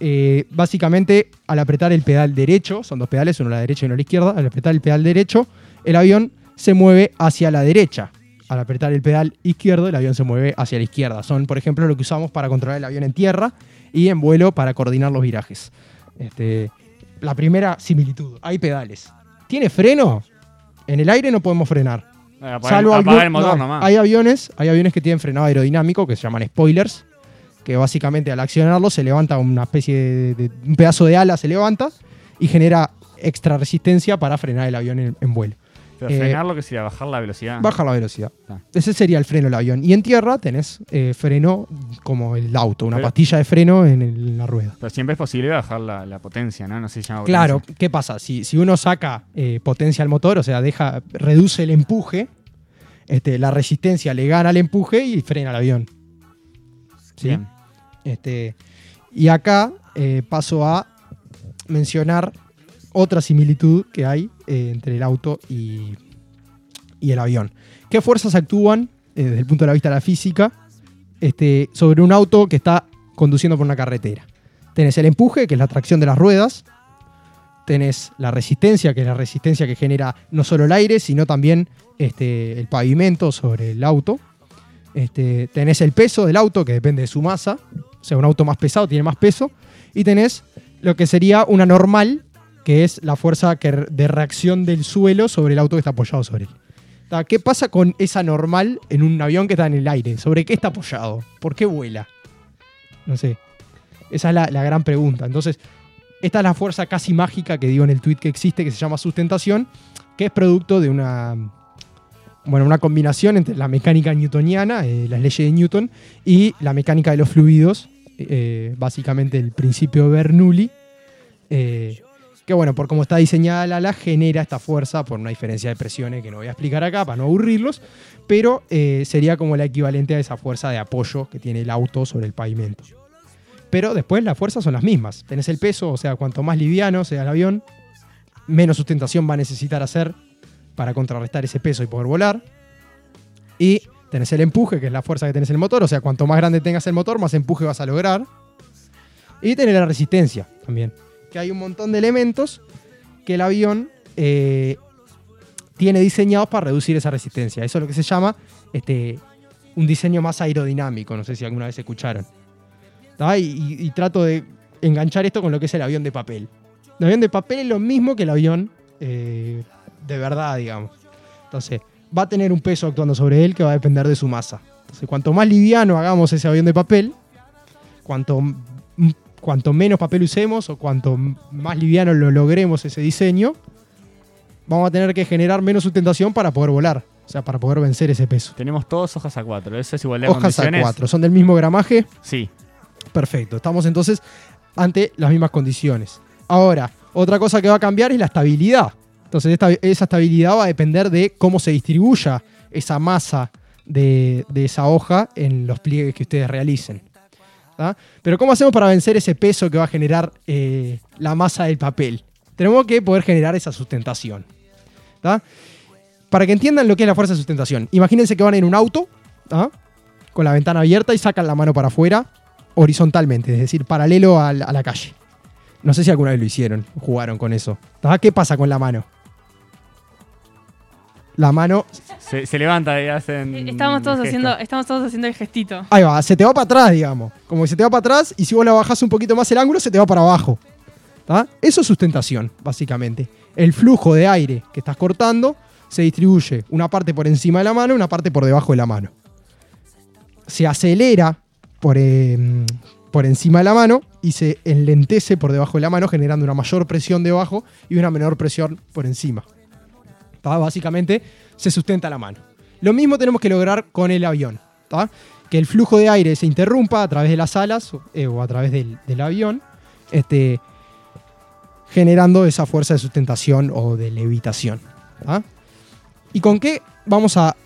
Speaker 6: Eh, básicamente, al apretar el pedal derecho, son dos pedales, uno a la derecha y uno a la izquierda, al apretar el pedal derecho, el avión se mueve hacia la derecha. Al apretar el pedal izquierdo, el avión se mueve hacia la izquierda. Son, por ejemplo, lo que usamos para controlar el avión en tierra y en vuelo para coordinar los virajes. Este, la primera similitud, hay pedales. ¿Tiene freno? En el aire no podemos frenar.
Speaker 2: Apagar,
Speaker 6: Salvo
Speaker 2: apagar
Speaker 6: algún-
Speaker 2: el motor
Speaker 6: no,
Speaker 2: nomás.
Speaker 6: Hay aviones, hay aviones que tienen frenado aerodinámico que se llaman spoilers, que básicamente al accionarlo se levanta una especie de, de- un pedazo de ala se levanta y genera extra resistencia para frenar el avión en, en vuelo.
Speaker 2: Pero
Speaker 6: eh,
Speaker 2: frenar lo que sería bajar la velocidad.
Speaker 6: Baja la velocidad.
Speaker 2: Ah.
Speaker 6: Ese sería el freno del avión. Y en tierra tenés eh, freno como el auto, una
Speaker 2: Pero-
Speaker 6: pastilla de freno en, el- en la rueda.
Speaker 2: Pero siempre es posible bajar la, la potencia, ¿no? No sé si se llama
Speaker 6: Claro,
Speaker 2: potencia.
Speaker 6: ¿qué pasa? Si, si uno saca eh, potencia al motor, o sea, deja, reduce el empuje, este, la resistencia le gana al empuje y frena el avión. ¿Sí?
Speaker 2: Bien.
Speaker 6: Este, y acá eh, paso a mencionar otra similitud que hay eh, entre el auto y, y el avión. ¿Qué fuerzas actúan eh, desde el punto de la vista de la física este, sobre un auto que está conduciendo por una carretera? Tenés el empuje, que es la tracción de las ruedas. Tenés la resistencia, que es la resistencia que genera no solo el aire, sino también este, el pavimento sobre el auto. Este, tenés el peso del auto, que depende de su masa. O sea, un auto más pesado tiene más peso. Y tenés lo que sería una normal, que es la fuerza que re- de reacción del suelo sobre el auto que está apoyado sobre él. Ta, ¿Qué pasa con esa normal en un avión que está en el aire? ¿Sobre qué está apoyado? ¿Por qué vuela? No sé. Esa es la, la gran pregunta. Entonces, esta es la fuerza casi mágica que digo en el tweet que existe, que se llama sustentación, que es producto de una bueno, una combinación entre la mecánica newtoniana, eh, las leyes de Newton, y la mecánica de los fluidos, eh, básicamente el principio Bernoulli, eh, que bueno, por cómo está diseñada la ala, genera esta fuerza por una diferencia de presiones que no voy a explicar acá para no aburrirlos, pero eh, sería como la equivalente a esa fuerza de apoyo que tiene el auto sobre el pavimento. Pero después las fuerzas son las mismas. Tenés el peso, o sea, cuanto más liviano sea el avión, menos sustentación va a necesitar hacer para contrarrestar ese peso y poder volar. Y tenés el empuje, que es la fuerza que tenés en el motor. O sea, cuanto más grande tengas el motor, más empuje vas a lograr. Y tenés la resistencia también. Que hay un montón de elementos que el avión eh, tiene diseñados para reducir esa resistencia. Eso es lo que se llama este, un diseño más aerodinámico. No sé si alguna vez escucharon. ¿Tá? Y, y- y trato de enganchar esto con lo que es el avión de papel. El avión de papel es lo mismo que el avión eh, de verdad, digamos. Entonces, va a tener un peso actuando sobre él que va a depender de su masa. Entonces, cuanto más liviano hagamos ese avión de papel, cuanto, m- cuanto menos papel usemos o cuanto m- más liviano lo logremos ese diseño, vamos a tener que generar menos sustentación para poder volar. O sea, para poder vencer ese peso.
Speaker 2: Tenemos todos hojas a 4. Esa es igualdad
Speaker 6: Hojas
Speaker 2: de
Speaker 6: a
Speaker 2: condiciones.
Speaker 6: 4, son del mismo gramaje.
Speaker 2: Sí.
Speaker 6: Perfecto, estamos entonces ante las mismas condiciones. Ahora, otra cosa que va a cambiar es la estabilidad. Entonces, esta- esa estabilidad va a depender de cómo se distribuya esa masa de, de esa hoja en los pliegues que ustedes realicen. ¿tá? Pero ¿cómo hacemos para vencer ese peso que va a generar eh, la masa del papel? Tenemos que poder generar esa sustentación. ¿tá? Para que entiendan lo que es la fuerza de sustentación, imagínense que van en un auto ¿tá? con la ventana abierta y sacan la mano para afuera horizontalmente, es decir, paralelo al- a la, calle. No sé si alguna vez lo hicieron, jugaron con eso. ¿Tá? ¿Qué pasa con la mano? La mano.
Speaker 2: Se, se levanta y hacen.
Speaker 3: Estamos Eh,
Speaker 6: Mm,
Speaker 3: todos,
Speaker 2: gesto.
Speaker 3: haciendo, estamos todos haciendo el gestito.
Speaker 6: Ahí va, se te va para atrás, digamos. Como que se te va para atrás y si vos la bajás un poquito más el ángulo, se te va para abajo. ¿Tá? Eso es sustentación, básicamente. El flujo de aire que estás cortando se distribuye una parte por encima de la mano y una parte por debajo de la mano. Se acelera por, eh, mm, por encima de la mano y se enlentece por debajo de la mano, generando una mayor presión debajo y una menor presión por encima. ¿Tá? Básicamente se sustenta la mano. Lo mismo tenemos que lograr con el avión. ¿tá? Que el flujo de aire se interrumpa a través de las alas o- eh, o a través del, del avión. Este, generando esa fuerza de sustentación o de levitación. ¿tá? ¿Y con qué vamos a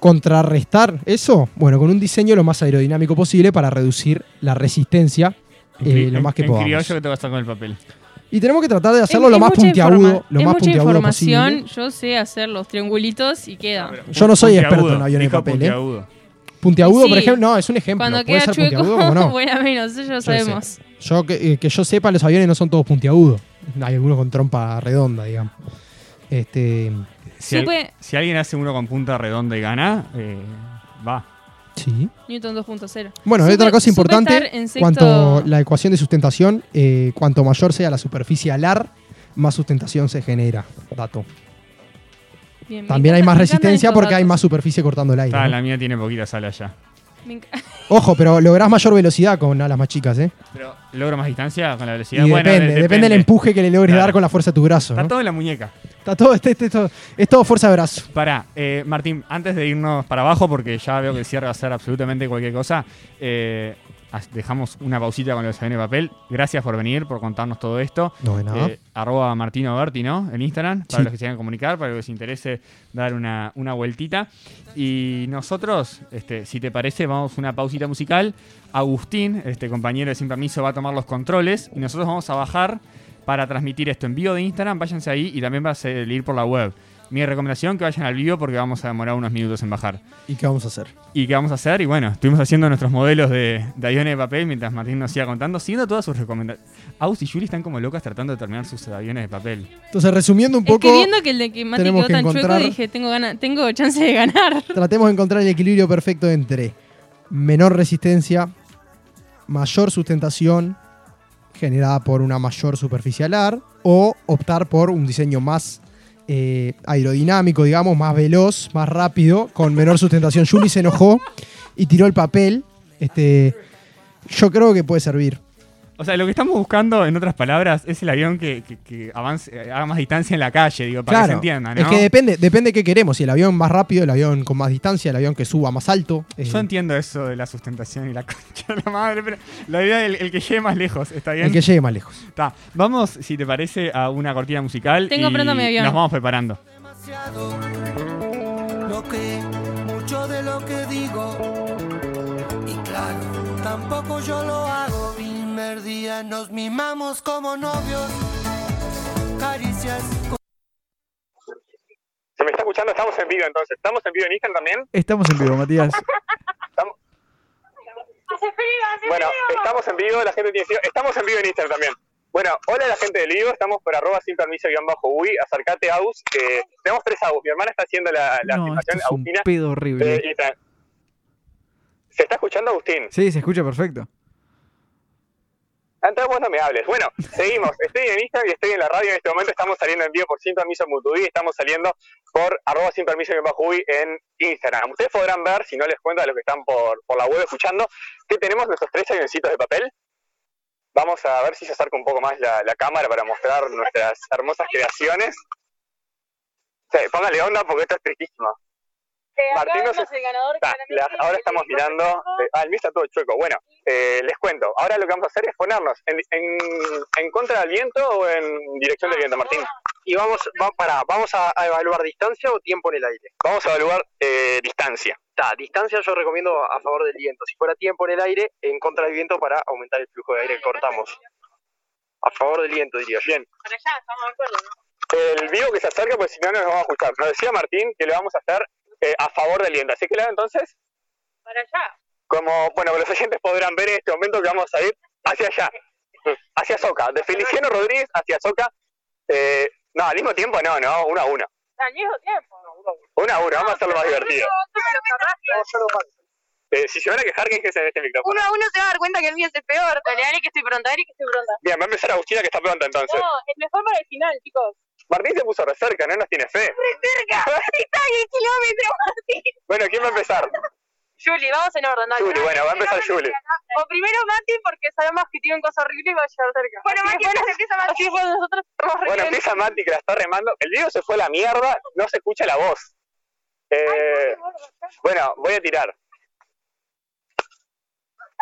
Speaker 6: contrarrestar eso? Bueno, con un diseño lo más aerodinámico posible para reducir la resistencia
Speaker 2: En
Speaker 6: eh,
Speaker 2: cri-
Speaker 6: lo más que
Speaker 2: en
Speaker 6: podamos.
Speaker 2: criollo que te vas a con el papel.
Speaker 6: Y tenemos que tratar de hacerlo
Speaker 3: Es-
Speaker 6: lo
Speaker 3: es
Speaker 6: más
Speaker 3: mucha
Speaker 6: puntiagudo,
Speaker 3: informa-
Speaker 6: lo
Speaker 3: es
Speaker 6: más
Speaker 3: mucha
Speaker 6: puntiagudo
Speaker 3: información.
Speaker 6: posible.
Speaker 3: Yo sé hacer los triangulitos y queda.
Speaker 6: Yo no soy experto
Speaker 2: Puntiagudo,
Speaker 6: en aviones de
Speaker 2: dijo
Speaker 6: papel, ¿eh?
Speaker 2: puntiagudo.
Speaker 6: Puntiagudo, por
Speaker 3: Sí.
Speaker 6: ejemplo, no, es un ejemplo.
Speaker 3: Cuando
Speaker 6: Puede
Speaker 3: queda
Speaker 6: ser
Speaker 3: chueco,
Speaker 6: puntiagudo o no.
Speaker 3: bueno, menos, eso ya lo
Speaker 6: Yo qué sé.
Speaker 3: sabemos.
Speaker 6: Yo, que, eh, que yo sepa, los aviones no son todos puntiagudos. Hay algunos con trompa redonda, digamos. Este,
Speaker 2: Si, al-
Speaker 3: Supe-
Speaker 2: si alguien hace uno con punta redonda y gana, eh, va.
Speaker 6: sí.
Speaker 3: Newton 2.0.
Speaker 6: Bueno,
Speaker 3: Supe-
Speaker 6: otra cosa
Speaker 3: supe
Speaker 6: importante,
Speaker 3: estar en sexto-
Speaker 6: cuanto la ecuación de sustentación, eh, cuanto mayor sea la superficie alar, más sustentación se genera. Dato.
Speaker 3: Bien, me
Speaker 6: También hay
Speaker 3: encanta-
Speaker 6: más
Speaker 3: me encantan
Speaker 6: resistencia
Speaker 3: estos
Speaker 6: porque hay
Speaker 3: datos.
Speaker 6: más superficie cortando el aire.
Speaker 2: Ta,
Speaker 6: ¿no?
Speaker 2: la mía tiene poquitas alas ya.
Speaker 3: Me enca-
Speaker 6: Ojo, pero lográs mayor velocidad con alas más chicas, ¿eh?
Speaker 2: Pero logro más distancia con la velocidad.
Speaker 6: Y
Speaker 2: Bueno,
Speaker 6: depende,
Speaker 2: de-
Speaker 6: depende, del empuje que le logres
Speaker 2: Claro.
Speaker 6: dar con la fuerza de tu brazo.
Speaker 2: Está
Speaker 6: ¿no?
Speaker 2: todo en la muñeca.
Speaker 6: Está todo, este, este- todo- es todo fuerza de brazo.
Speaker 2: Pará, eh, Martín, antes de irnos para abajo, porque ya veo que el cierre va a ser absolutamente cualquier cosa, eh, as- dejamos una pausita con los aviones de papel. Gracias por venir, por contarnos todo esto.
Speaker 6: No, de nada.
Speaker 2: Eh, arroba Martino Berti, ¿no? En Instagram, para
Speaker 6: Sí.
Speaker 2: los que se quieran comunicar, para los que les interese dar una, una vueltita. Y nosotros, este, si te parece, vamos a una pausita musical. Agustín, este compañero de Sin Permiso, va a tomar los controles y nosotros vamos a bajar para transmitir esto en vivo de Instagram. Váyanse ahí y también va a salir por la web. Mi recomendación que vayan al vivo porque vamos a demorar unos minutos en bajar.
Speaker 6: ¿Y qué vamos a hacer?
Speaker 2: ¿Y qué vamos a hacer? Y bueno, estuvimos haciendo nuestros modelos de, de aviones de papel mientras Martín nos iba contando, siguiendo todas sus recomendaciones. Aus y Yuri están como locas tratando de terminar sus aviones de papel.
Speaker 6: Entonces, resumiendo un
Speaker 3: Es
Speaker 6: poco,
Speaker 3: que viendo que el de que Mati
Speaker 6: tenemos
Speaker 3: quedó
Speaker 6: que
Speaker 3: tan
Speaker 6: encontrar-
Speaker 3: chueco, dije, tengo, gana, tengo chance de ganar.
Speaker 6: tratemos de encontrar el equilibrio perfecto entre menor resistencia, mayor sustentación generada por una mayor superficie alar o optar por un diseño más eh, aerodinámico, digamos, más veloz, más rápido, con menor sustentación. Juli se enojó y tiró el papel. Este, yo creo que puede servir.
Speaker 2: O sea, lo que estamos buscando, en otras palabras, es el avión que, que- que avance, eh, haga más distancia en la calle, digo, para que se entienda, ¿no?
Speaker 6: Es que depende, depende qué queremos. Si el avión más rápido, el avión con más distancia, el avión que suba más alto. eh,
Speaker 2: Yo entiendo eso de la sustentación y la concha de la madre, pero la idea del el que llegue más lejos, ¿está bien?
Speaker 6: el que llegue más lejos.
Speaker 2: Está. Vamos, si te parece, a una cortina musical.
Speaker 3: Tengo
Speaker 2: y
Speaker 3: pronto mi avión.
Speaker 2: Nos vamos preparando.
Speaker 7: demasiado. No cree mucho de lo que digo. Y claro, tampoco yo lo hago. Primer día nos mimamos como novios. Caricias.
Speaker 8: ¿Se me está escuchando? Estamos en vivo entonces. ¿Estamos en vivo en Instagram también?
Speaker 9: Estamos en vivo, Matías.
Speaker 8: Bueno, estamos en vivo, la gente tiene... Estamos en vivo en Instagram también. Bueno, hola a la gente del vivo, estamos por arroba sin permiso guión bajo UI, acercate Aus, eh, tenemos tres Aus, mi hermana está haciendo la, la
Speaker 10: No, esto
Speaker 8: filmación,
Speaker 10: es un
Speaker 8: Agustina,
Speaker 10: pedo
Speaker 8: eh,
Speaker 10: horrible.
Speaker 8: y tra- ¿Se está escuchando Agustín?
Speaker 10: Sí, se escucha perfecto.
Speaker 8: Ah, Entonces vos no me hables. Bueno, seguimos. Estoy en Instagram y estoy en la radio. En este momento estamos saliendo en vivo por Sin Permiso Mutubi. Estamos saliendo por arroba sin permiso y bajo Ubi en Instagram. Ustedes podrán ver, si no les cuento a los que están por, por la web escuchando, que tenemos nuestros tres avioncitos de papel. Vamos a ver si se acerca un poco más la, la cámara para mostrar nuestras hermosas creaciones. Sí, póngale onda porque esto es tristísimo. Martín no se- Ta, la- ahora estamos mirando. eh, ah, el mío está todo chueco. Bueno, eh, les cuento. Ahora lo que vamos a hacer es ponernos en, en, en contra del viento o en dirección del viento, Martín.
Speaker 6: Y vamos, va, pará, ¿vamos a, a evaluar distancia o tiempo en el aire?
Speaker 8: Vamos a evaluar eh, distancia.
Speaker 6: Está, distancia yo recomiendo a favor del viento. Si fuera tiempo en el aire, en contra del viento para aumentar el flujo de aire, cortamos. A favor del viento, diría yo.
Speaker 8: Bien. El vivo que se acerca, pues si no, no nos vamos a escuchar. Nos decía Martín que lo vamos a hacer eh, a favor del viento. Así que, Lau, entonces,
Speaker 3: Para allá.
Speaker 8: como bueno, los oyentes podrán ver en este momento que vamos a ir hacia allá, hacia Soca. De Feliciano Rodríguez hacia Soca. Eh, no, al mismo tiempo, no, no, uno a uno.
Speaker 3: Al mismo tiempo.
Speaker 8: Uno a uno, vamos a hacerlo más divertido.
Speaker 3: Uno
Speaker 8: Eh, si se van a quejar, quéjense en este micrófono.
Speaker 3: a uno se va a dar cuenta que el mío es el peor. Dale, dale, que estoy pronta, dale, que estoy pronta.
Speaker 8: Bien, va a empezar Agustina que está pronta entonces.
Speaker 3: No, el mejor para el final, chicos.
Speaker 8: Martín se puso re cerca, no nos tiene fe.
Speaker 3: ¡Re cerca! ¡Está a 10 kilómetros, Martín!
Speaker 8: Bueno, ¿quién va a empezar?
Speaker 3: Juli, vamos en orden, dale.
Speaker 8: Juli, bueno, va a empezar
Speaker 3: Primero
Speaker 8: Juli.
Speaker 3: Mati, O primero Mati, porque sabemos que tiene un coso horrible y va a llegar cerca. Bueno, Mati, empieza Mati. Así fue, nosotros estamos re
Speaker 8: Bueno,
Speaker 3: bien.
Speaker 8: empieza Mati que la está remando. El video se fue a la mierda, no se escucha la voz. Eh, bueno, voy a tirar.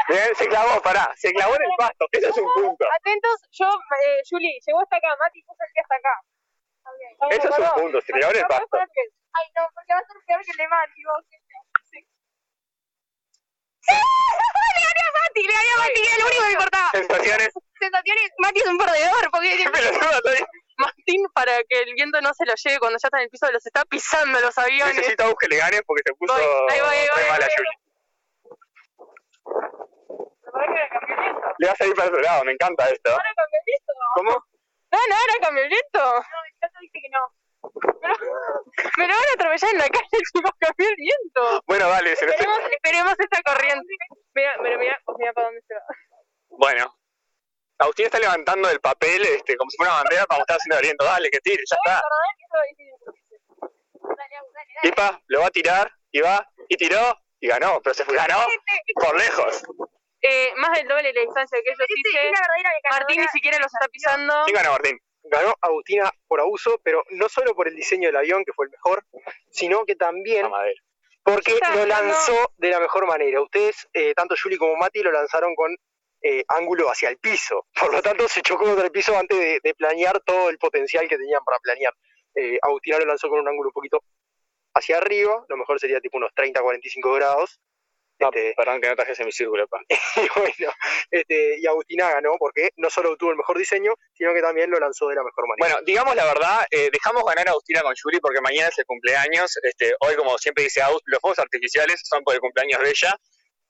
Speaker 8: Bien, se clavó, pará, se clavó en el pasto, eso es un punto.
Speaker 3: Atentos, yo, eh, Juli, llegó hasta acá, Mati puso el pie hasta acá.
Speaker 8: Eso es un punto, se clavó en el pasto.
Speaker 3: Ay, no, porque va a ser peor que el de Mati, vos. le gané a Mati, le gané a Mati, que era lo único que importaba.
Speaker 8: Sensaciones,
Speaker 3: Sensaciones, Mati es un perdedor, porque
Speaker 8: pero yo no estoy-
Speaker 3: Martín, para que el viento no se lo lleve cuando ya está en el piso, los está pisando los aviones.
Speaker 8: necesito a Gus que le gane porque se puso
Speaker 3: Voy, ahí voy, ahí voy,
Speaker 8: re
Speaker 3: ahí
Speaker 8: mala
Speaker 3: voy.
Speaker 8: Juli. Le va a salir para el otro lado, me encanta esto.
Speaker 3: ¿No era camioneto?
Speaker 8: ¿Cómo?
Speaker 3: No, no era camioneto. No, el chato dice que no. Me lo van a atropellar en la calle, chicos, cambió el viento.
Speaker 8: Bueno, dale, se nos-
Speaker 3: Esperemos, esperemos esta corriente. Mira, pero mira, pues mira para dónde se va.
Speaker 8: Bueno. Agustín está levantando el papel este, como si fuera una bandera para mostrar haciendo aliento. Dale, que tire, ya está. Pipa lo va a tirar y va y tiró y ganó, pero se fue, ganó por lejos.
Speaker 3: Eh, más del doble la distancia que ellos hice. Martín ni siquiera los está pisando.
Speaker 8: ¿Quién ganó, Martín?
Speaker 6: Ganó Agustina por abuso, pero no solo por el diseño del avión, que fue el mejor, sino que también
Speaker 8: La madera.
Speaker 6: porque
Speaker 3: Está
Speaker 6: lo
Speaker 3: bien,
Speaker 6: lanzó de la mejor manera. Ustedes, eh, tanto Juli como Mati, lo lanzaron con eh, ángulo hacia el piso. Por lo tanto, se chocó contra el piso antes de, de planear todo el potencial que tenían para planear. Eh, Agustina lo lanzó con un ángulo un poquito hacia arriba, lo mejor sería tipo unos 30-45 grados.
Speaker 8: No,
Speaker 6: Este,
Speaker 8: perdón que no traje mi círculo, pa.
Speaker 6: y bueno, este, y Agustina ganó porque no solo obtuvo el mejor diseño, sino que también lo lanzó de la mejor manera.
Speaker 8: Bueno, digamos la verdad, eh, dejamos ganar a Agustina con Yuri porque mañana es el cumpleaños. Este, hoy, como siempre dice Agus, los juegos artificiales son por el cumpleaños de ella.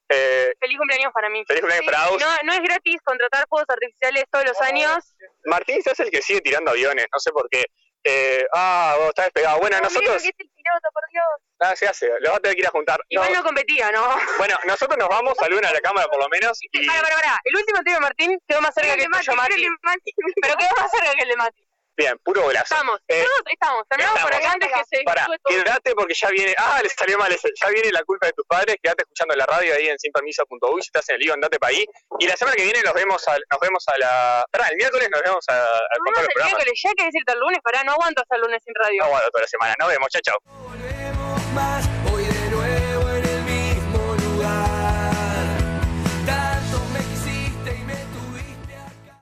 Speaker 8: Eh,
Speaker 3: Feliz cumpleaños para mí.
Speaker 8: feliz cumpleaños para Agus.
Speaker 3: No, no es gratis contratar fuegos artificiales todos los años.
Speaker 8: Martín se hace el que sigue tirando aviones, no sé por qué. Eh, ah, vos estás despegado. Bueno,
Speaker 3: Dios mío,
Speaker 8: nosotros...
Speaker 3: que es el piloto, por Dios.
Speaker 8: Nada se hace, los vas a tener que ir a juntar. No,
Speaker 3: Igual no competía, ¿no?
Speaker 8: Bueno, nosotros nos vamos, saluden a la cámara por lo menos. Y...
Speaker 3: Para, para, para. El último tiro de Martín quedó más cerca que el de Mati. Pero quedó más cerca que el de Mati.
Speaker 8: Bien, puro golazo.
Speaker 3: Estamos,
Speaker 8: Eh,
Speaker 3: todos estamos. Terminamos por acá
Speaker 8: estamos.
Speaker 3: antes que se
Speaker 8: Pará,
Speaker 3: desvirtúe todo.
Speaker 8: quédate porque ya viene. Ah, le salió mal ese. Ya viene la culpa de tus padres. Quédate escuchando la radio ahí en sinpermiso.uy. Si estás en el lío, andate para ahí. Y la semana que viene nos vemos al, nos vemos a la. Pará, el miércoles nos vemos a,
Speaker 3: Nos
Speaker 8: a contar
Speaker 3: vemos
Speaker 8: los
Speaker 3: el
Speaker 8: programas.
Speaker 3: miércoles, ya hay que decirte el lunes, pará, no aguanto hasta el lunes sin radio.
Speaker 8: No, bueno, toda la semana. Nos vemos, chao, chao.
Speaker 7: Volvemos más